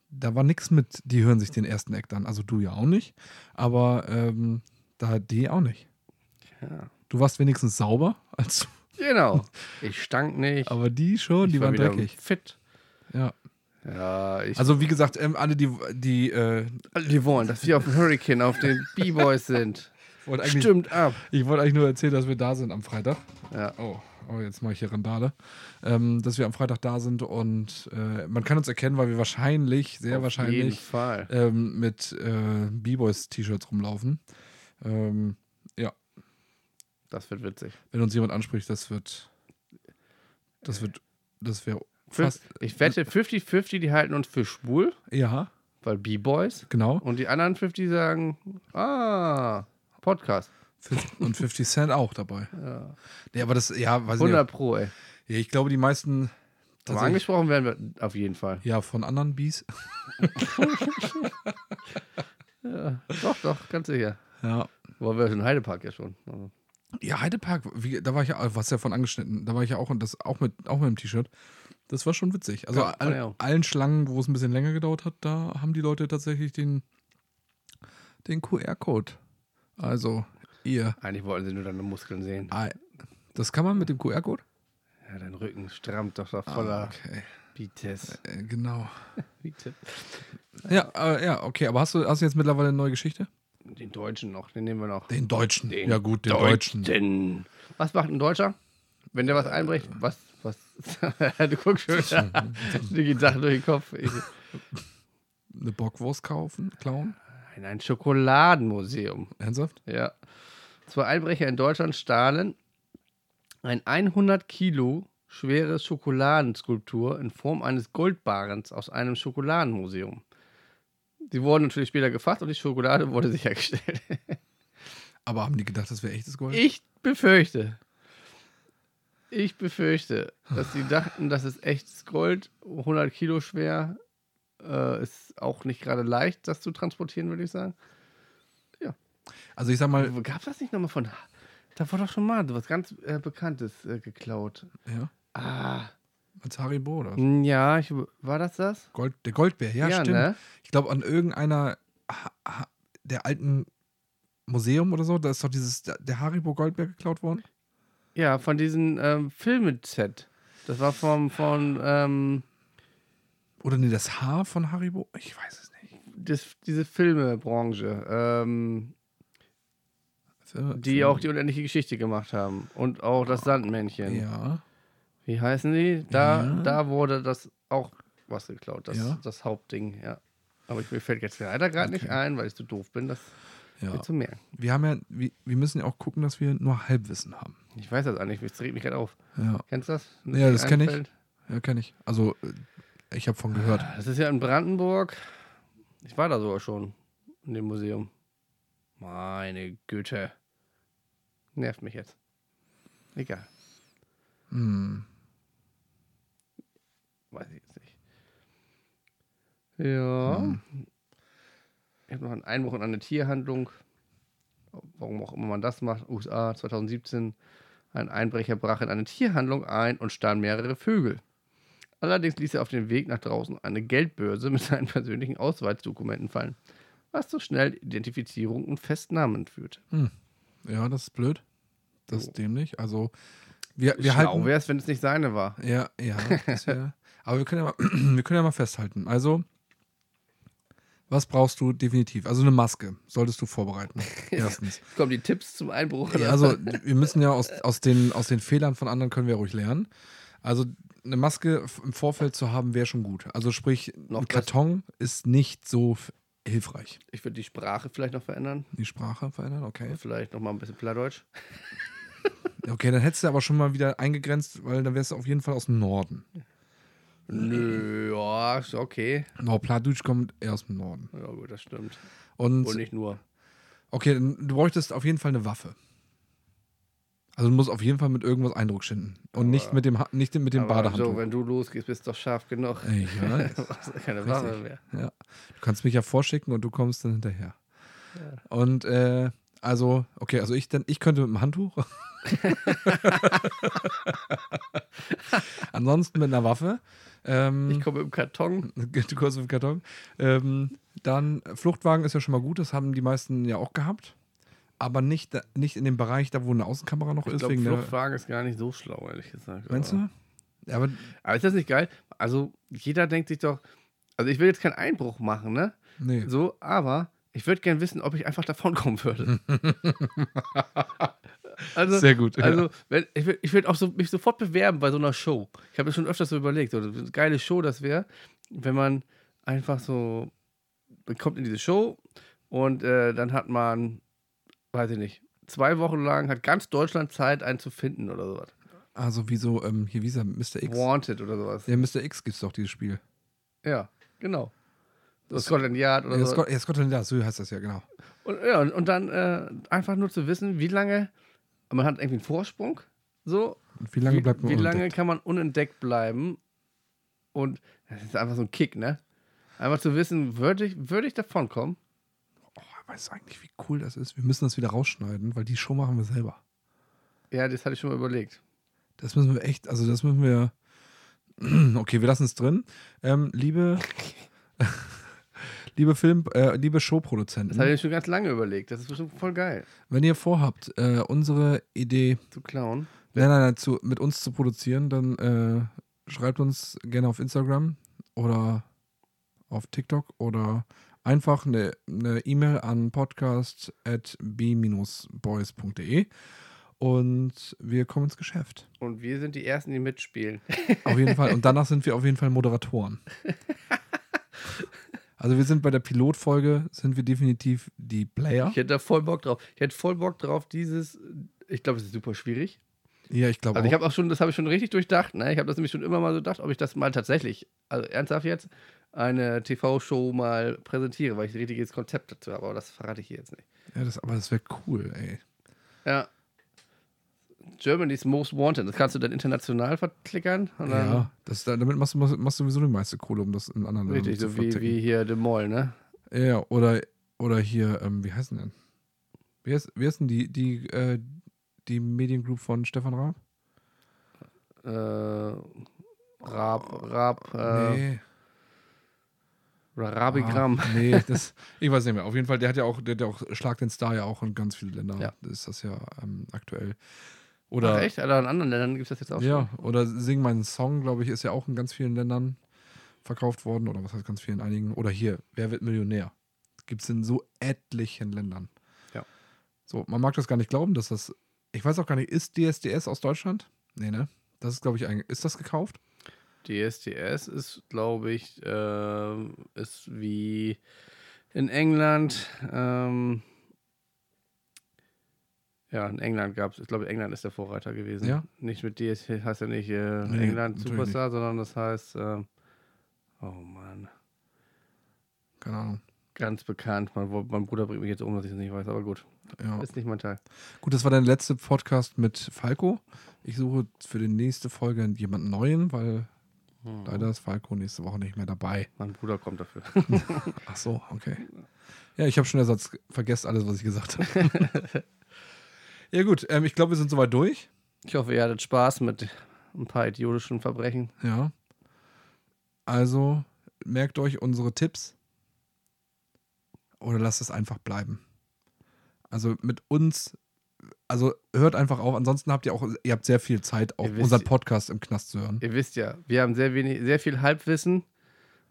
D: da war nichts mit, die hören sich den ersten Act an. Also du ja auch nicht, aber ähm, da die auch nicht.
C: Ja.
D: Du warst wenigstens sauber, als, [LAUGHS]
C: Genau. Ich stank nicht.
D: aber die schon,
C: ich
D: die
C: war
D: waren
C: wieder
D: dreckig.
C: Fit.
D: Ja.
C: Ja, ich
D: Also wie gesagt, ähm, alle, die, die äh,
C: Alle, die wollen, dass wir auf dem Hurricane, auf den B-Boys
D: [LAUGHS]
C: sind.
D: wollte eigentlich,
C: Stimmt ab.
D: ich wollte eigentlich nur erzählen, dass wir da sind am Freitag.
C: Ja.
D: Oh, oh jetzt mache ich hier Randale. Ähm, dass wir am Freitag da sind und äh, man kann uns erkennen, weil wir wahrscheinlich,
C: Auf
D: sehr
C: jeden
D: wahrscheinlich,
C: Fall.
D: ähm, mit äh, B-Boys-T-Shirts rumlaufen. Ähm,
C: Das wird witzig.
D: wenn uns jemand anspricht, das wird. Das wird. Das wäre
C: Fün-
D: fast.
C: Ich wette, 50-50, die halten uns für schwul,
D: Ja,
C: weil B-Boys.
D: genau.
C: Und die anderen 50 sagen, ah, Podcast.
D: Fif- Und 50 Cent auch dabei.
C: Ja.
D: Nee, aber das, ja, weiß
C: 100 Pro, ey.
D: nicht. Ja, ich glaube, die meisten.
C: Aber
D: Tatsächlich,
C: angesprochen werden wir auf jeden Fall.
D: ja, von anderen Bees.
C: Ja. Doch, doch, ganz sicher.
D: Ja.
C: Wollen wir in Heidepark ja schon. Also,
D: Ja, Heidepark, wie, da war ich ja, was ja von angeschnitten, da war ich ja auch und das auch mit, auch mit dem T-Shirt. Das war schon witzig. Also
C: Ja,
D: all,
C: fand ich auch.
D: allen Schlangen, wo es ein bisschen länger gedauert hat, da haben die Leute tatsächlich den, den QR-Code. Also, ihr.
C: eigentlich wollten sie nur deine Muskeln sehen.
D: Ah, Das kann man mit dem QR-Code?
C: Ja, dein Rücken strammt doch da
D: Ah,
C: voller
D: Okay.
C: Bites.
D: Äh, Genau.
C: Bites.
D: Ja, äh, ja, okay, aber hast du, hast du jetzt mittlerweile eine neue Geschichte?
C: Die Deutschen noch, den nehmen wir noch.
D: Den Deutschen.
C: Den
D: ja gut, den Deutschen.
C: Deutschen. Was macht ein Deutscher, wenn der was einbricht? Was? Was? [LAUGHS] du guckst
D: [LAUGHS]
C: schon. Die geht Sachen durch den Kopf. Ich,
D: Eine Bockwurst kaufen, klauen.
C: in ein Schokoladenmuseum.
D: Ernsthaft?
C: Ja. Zwei Einbrecher in Deutschland stahlen ein 100 Kilo schwere Schokoladenskulptur in Form eines Goldbarens aus einem Schokoladenmuseum. Sie wurden natürlich später gefasst und die Schokolade wurde sichergestellt.
D: Aber haben die gedacht, das wäre echtes Gold?
C: Ich befürchte. Ich befürchte, dass sie dachten, das ist echtes Gold, 100 Kilo schwer. Äh, ist auch nicht gerade leicht, das zu transportieren, würde ich sagen.
D: Also ich sag mal,
C: Gab es das nicht nochmal von. Da wurde doch schon mal was ganz äh, Bekanntes äh, geklaut.
D: ja,
C: Ah.
D: als Haribo oder was?
C: Hm, Ja, ich, war das das?
D: Gold, der Goldbär, ja,
C: Ja,
D: stimmt.
C: ne?
D: Ich glaube, an irgendeiner ha, ha, der alten Museum oder so, da ist doch dieses, der Haribo Goldbär geklaut worden.
C: Ja, von diesem ähm, Filmeset. Das war vom, von, ähm,
D: Oder nee, das Haar von Haribo? Ich weiß es nicht.
C: das, diese Filmebranche, ähm,
D: Für-
C: die
D: für-
C: auch die unendliche Geschichte gemacht haben. Und auch das Sandmännchen.
D: Ja.
C: Wie heißen die? Da,
D: Ja.
C: da wurde das auch was geklaut, das,
D: Ja.
C: das Hauptding, ja. Aber ich, mir fällt jetzt leider gerade nicht ein, weil ich so doof bin, das
D: ja.
C: mir zu merken.
D: Wir haben ja, wir, wir müssen ja auch gucken, dass wir nur Halbwissen haben.
C: Ich weiß das eigentlich, es regt mich gerade auf.
D: Ja,
C: Kennst du das? Wenn
D: Ja,
C: es
D: das
C: dir
D: kenn ich.
C: einfällt?
D: ja kenne ich. Also, äh, ich habe von gehört.
C: Ah, Das ist ja in Brandenburg. Ich war da sogar schon, in dem Museum. Meine Güte. Nervt mich jetzt. Egal,
D: Hm.
C: weiß ich jetzt nicht. Ja.
D: Hm.
C: Ich habe noch einen Einbruch in eine Tierhandlung. Warum auch immer man das macht. USA 2017. Ein Einbrecher brach in eine Tierhandlung ein und stahl mehrere Vögel. Allerdings ließ er auf dem Weg nach draußen eine Geldbörse mit seinen persönlichen Ausweisdokumenten fallen, was zu schnell Identifizierung und Festnahmen führte.
D: Ja, das ist blöd.
C: Oh.
D: Das ist dämlich. Also, wir, wir
C: Schlau
D: halten.
C: wäre es, wenn es nicht seine war.
D: Ja, ja.
C: [LAUGHS]
D: Das wär, aber wir können ja, mal, [CLEARS THROAT] wir können ja mal festhalten. Also, was brauchst du definitiv? Also, eine Maske solltest
C: [LAUGHS]
D: du vorbereiten. Erstens.
C: Jetzt kommen die Tipps zum Einbruch.
D: Ja, also wir müssen ja aus, aus, den, aus den Fehlern von anderen können wir ruhig lernen. Also eine Maske f- im Vorfeld zu haben, wäre schon gut. Also sprich,
C: Noch
D: ein Karton ist nicht so f- hilfreich.
C: ich würde die Sprache vielleicht noch verändern.
D: Die Sprache
C: [LAUGHS]
D: verändern, okay.
C: Vielleicht noch mal ein bisschen Plattdeutsch.
D: Okay, dann hättest du aber schon mal wieder eingegrenzt, weil dann wärst du auf jeden Fall aus dem Norden. Äh,
C: Nö, ja, ist okay.
D: No, Plattdeutsch kommt eher aus dem Norden.
C: Ja, gut, das stimmt. Und
D: Und
C: nicht nur.
D: okay, dann- du bräuchtest auf jeden Fall eine Waffe. Also du musst auf jeden Fall mit irgendwas Eindruck schinden. Und nicht mit dem, Ha- nicht mit dem
C: Aber
D: Badehandtuch.
C: so, wenn du losgehst, bist du doch scharf genug. [LAUGHS]
D: Ich weiß.
C: Du brauchst keine Waffe mehr.
D: Ja. Du kannst mich ja vorschicken und du kommst dann hinterher. Und äh, also, okay, also ich dann, ich könnte mit
C: [LAUGHS]
D: dem Handtuch. Ansonsten mit einer Waffe.
C: Ich
D: Ähm,
C: komme im Karton.
D: du kommst auf den Karton. Ähm, dann äh, Fluchtwagen ist ja schon mal gut, das haben die meisten ja auch gehabt. Aber nicht, da- nicht in dem Bereich, da wo eine Außenkamera noch
C: Ich
D: ist.
C: glaube,
D: wegen der-
C: Fluchtwagen ist gar nicht so schlau, ehrlich gesagt.
D: meinst
C: aber-
D: du? Ja, aber
C: Aber ist das nicht geil? Also, jeder denkt sich doch, also ich will jetzt keinen Einbruch machen, ne?
D: nee.
C: So, aber ich würde gerne wissen, ob ich einfach davonkommen
D: [LAUGHS]
C: würde. also,
D: Sehr gut, ja.
C: Also, wenn, ich würde ich würd auch so, mich sofort bewerben bei so einer Show. Ich habe mir schon öfters so überlegt, so eine geile Show das wäre, wenn man einfach so, man kommt in diese Show und äh, dann hat man, weiß ich nicht, zwei Wochen lang hat ganz Deutschland Zeit, einen zu finden oder sowas.
D: Also, wieso, ähm, hier, wie ist er, Mr. X?
C: Wanted oder sowas.
D: Ja, Mr. X gibt's doch dieses Spiel.
C: Ja, genau. So Scotland Yard oder
D: ja,
C: so.
D: Scott, ja, Scotland Yard, so heißt das ja, genau.
C: Und, ja, und, und dann äh, einfach nur zu wissen, wie lange, man hat irgendwie einen Vorsprung, so.
D: Und wie lange
C: wie,
D: bleibt man
C: Wie lange
D: unentdeckt?
C: kann man unentdeckt bleiben? Und das ist einfach so ein Kick, ne? Einfach zu wissen, würde ich, würd ich davonkommen?
D: Oh, weißt du eigentlich, wie cool das ist? Wir müssen das wieder rausschneiden, weil die Show machen wir selber.
C: Ja, das hatte ich schon mal überlegt.
D: Das müssen wir echt, also das müssen wir. [CLEARS THROAT] Okay, wir lassen es drin. Ähm,
C: [LAUGHS]
D: liebe, [LAUGHS] liebe Film, äh, liebe
C: Das hatte
D: Showproduzenten,
C: ich schon ganz lange überlegt. Das ist bestimmt voll geil
D: wenn ihr vorhabt, äh, unsere Idee,
C: zu klauen.
D: nein, nein, nein, zu, mit uns zu produzieren, dann äh, schreibt uns gerne auf Instagram oder auf TikTok oder einfach eine eine E-Mail an podcast.b-boys.de und wir kommen ins Geschäft.
C: Und wir sind die Ersten, die mitspielen.
D: Auf jeden Fall. Und danach sind wir auf jeden
C: [LAUGHS]
D: Fall Moderatoren. Also wir sind bei der Pilotfolge, sind wir definitiv die Player.
C: Ich hätte da voll Bock drauf. Ich hätte voll Bock drauf, dieses. Ich glaube, es ist super schwierig.
D: Ja, ich glaube
C: Also ich
D: auch.
C: habe auch schon, das habe ich schon richtig durchdacht. Ne? Ich habe das nämlich schon immer mal so gedacht, ob ich das mal tatsächlich, also ernsthaft jetzt, eine TV-Show mal präsentiere, weil ich ein richtiges Konzept dazu habe. Aber das verrate ich hier jetzt nicht.
D: Ja, das, aber das wäre cool, ey.
C: Ja. Germany's Most Wanted. Das kannst du dann international verklickern. Und dann
D: Ja, das, damit machst du, machst, machst du sowieso die meiste Kohle, um das in anderen
C: Richtig, so wie,
D: verticken.
C: wie hier The Mall, ne?
D: Ja, oder, oder hier, ähm, wie heißen denn? Wie heißt, wie heißt denn die, die, äh, die Mediengroup von Stefan Raab?
C: Äh, Rab, Rab, äh,
D: nee.
C: Rabigramm.
D: Ah, [LAUGHS] nee, das, ich weiß nicht mehr. Auf jeden Fall, der hat ja auch, der hat ja auch Schlag den Star ja auch in ganz vielen Ländern.
C: Ja.
D: Ist das ja ähm, aktuell.
C: Ach,
D: Oder,
C: echt? Alter, in anderen Ländern gibt es das jetzt auch
D: ja, oder Sing meinen Song, glaube ich, ist ja auch in ganz vielen Ländern verkauft worden. Oder was heißt ganz vielen, einigen. Oder hier, Wer wird Millionär? Gibt es in so etlichen Ländern.
C: Ja.
D: So, man mag das gar nicht glauben, dass das. Ich weiß auch gar nicht, ist DSDS aus Deutschland? Nee, ne? Das ist, glaube ich, ein. Ist das gekauft?
C: DSDS ist, glaube ich, ähm, ist wie in England. Ähm, ja, in England gab es, ich glaube, England ist der Vorreiter gewesen.
D: Ja.
C: Nicht mit DS, heißt ja nicht äh,
D: Nee,
C: England
D: natürlich
C: Superstar, sondern das heißt, ähm, oh Mann,
D: Keine Ahnung.
C: ganz bekannt. Mein, mein Bruder bringt mich jetzt um, dass ich es nicht weiß, aber gut,
D: Ja.
C: ist nicht mein Teil.
D: Gut, das war dein letzter Podcast mit Falco. Ich suche für die nächste Folge jemanden neuen, weil
C: Hm.
D: leider ist Falco nächste Woche nicht mehr dabei.
C: Mein Bruder kommt dafür.
D: Ach so, okay. Ja, ich habe schon Ersatz. Vergesst alles, was ich gesagt habe. [LAUGHS] ja, gut. Ähm, ich glaube, wir sind soweit durch.
C: Ich hoffe, ihr hattet Spaß mit ein paar idiotischen Verbrechen.
D: Ja. Also merkt euch unsere Tipps oder lasst es einfach bleiben. Also mit uns, also hört einfach auf. Ansonsten habt ihr auch, ihr habt sehr viel Zeit, auch
C: Ihr wisst-
D: unseren Podcast im Knast zu hören.
C: Ihr wisst ja, wir haben sehr wenig, sehr viel Halbwissen.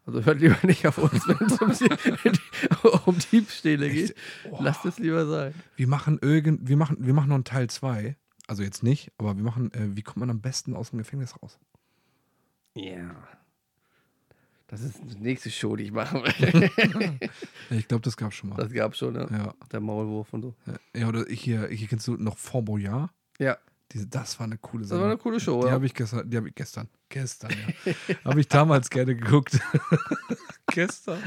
C: Also hört lieber nicht auf uns, wenn es um, die- [LAUGHS] um Diebstähle geht. Lasst es lieber sein.
D: Wir machen irgend, wir machen, wir machen noch einen Teil 2. Also jetzt nicht, aber wir machen, äh, wie kommt man am besten aus dem Gefängnis raus?
C: Ja. Das ist die nächste Show, die ich machen [LAUGHS] will.
D: Ja, Ich glaube, das gab schon mal.
C: Das gab schon, ne?
D: Ja.
C: Der Maulwurf und so.
D: ja, oder hier, hier kennst du noch Fort Boyard.
C: Ja,
D: Diese, das war eine coole
C: das
D: Sache.
C: war eine coole Show,
D: Die
C: ja.
D: habe ich gestern, die habe ich gestern, gestern, ja. [LAUGHS] habe ich damals gerne geguckt. [LAUGHS] gestern.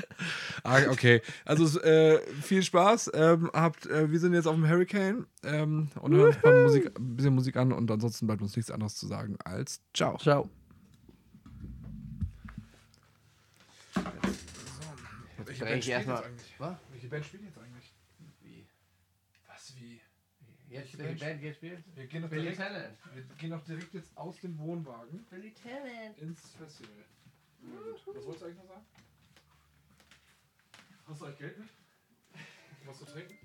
D: Ah, okay, also es, äh, viel Spaß. Ähm, habt, äh, wir sind jetzt auf dem Hurricane ähm, und hören ein, paar Musik, ein bisschen Musik an und ansonsten bleibt uns nichts anderes zu sagen als ciao.
C: Ciao.
D: Welche
C: Band spielt jetzt
D: eigentlich?
C: Was?
D: Welche Band spielt jetzt eigentlich?
C: Wie?
D: Was wie?
C: Jetzt
D: welche Band
C: geht spielen?
D: Wir gehen doch direkt, wir gehen doch direkt jetzt aus dem Wohnwagen
C: Billy Talent.
D: ins Festival. Was wolltest du eigentlich noch sagen? Hast du eigentlich Geld mit? Was zu trinken?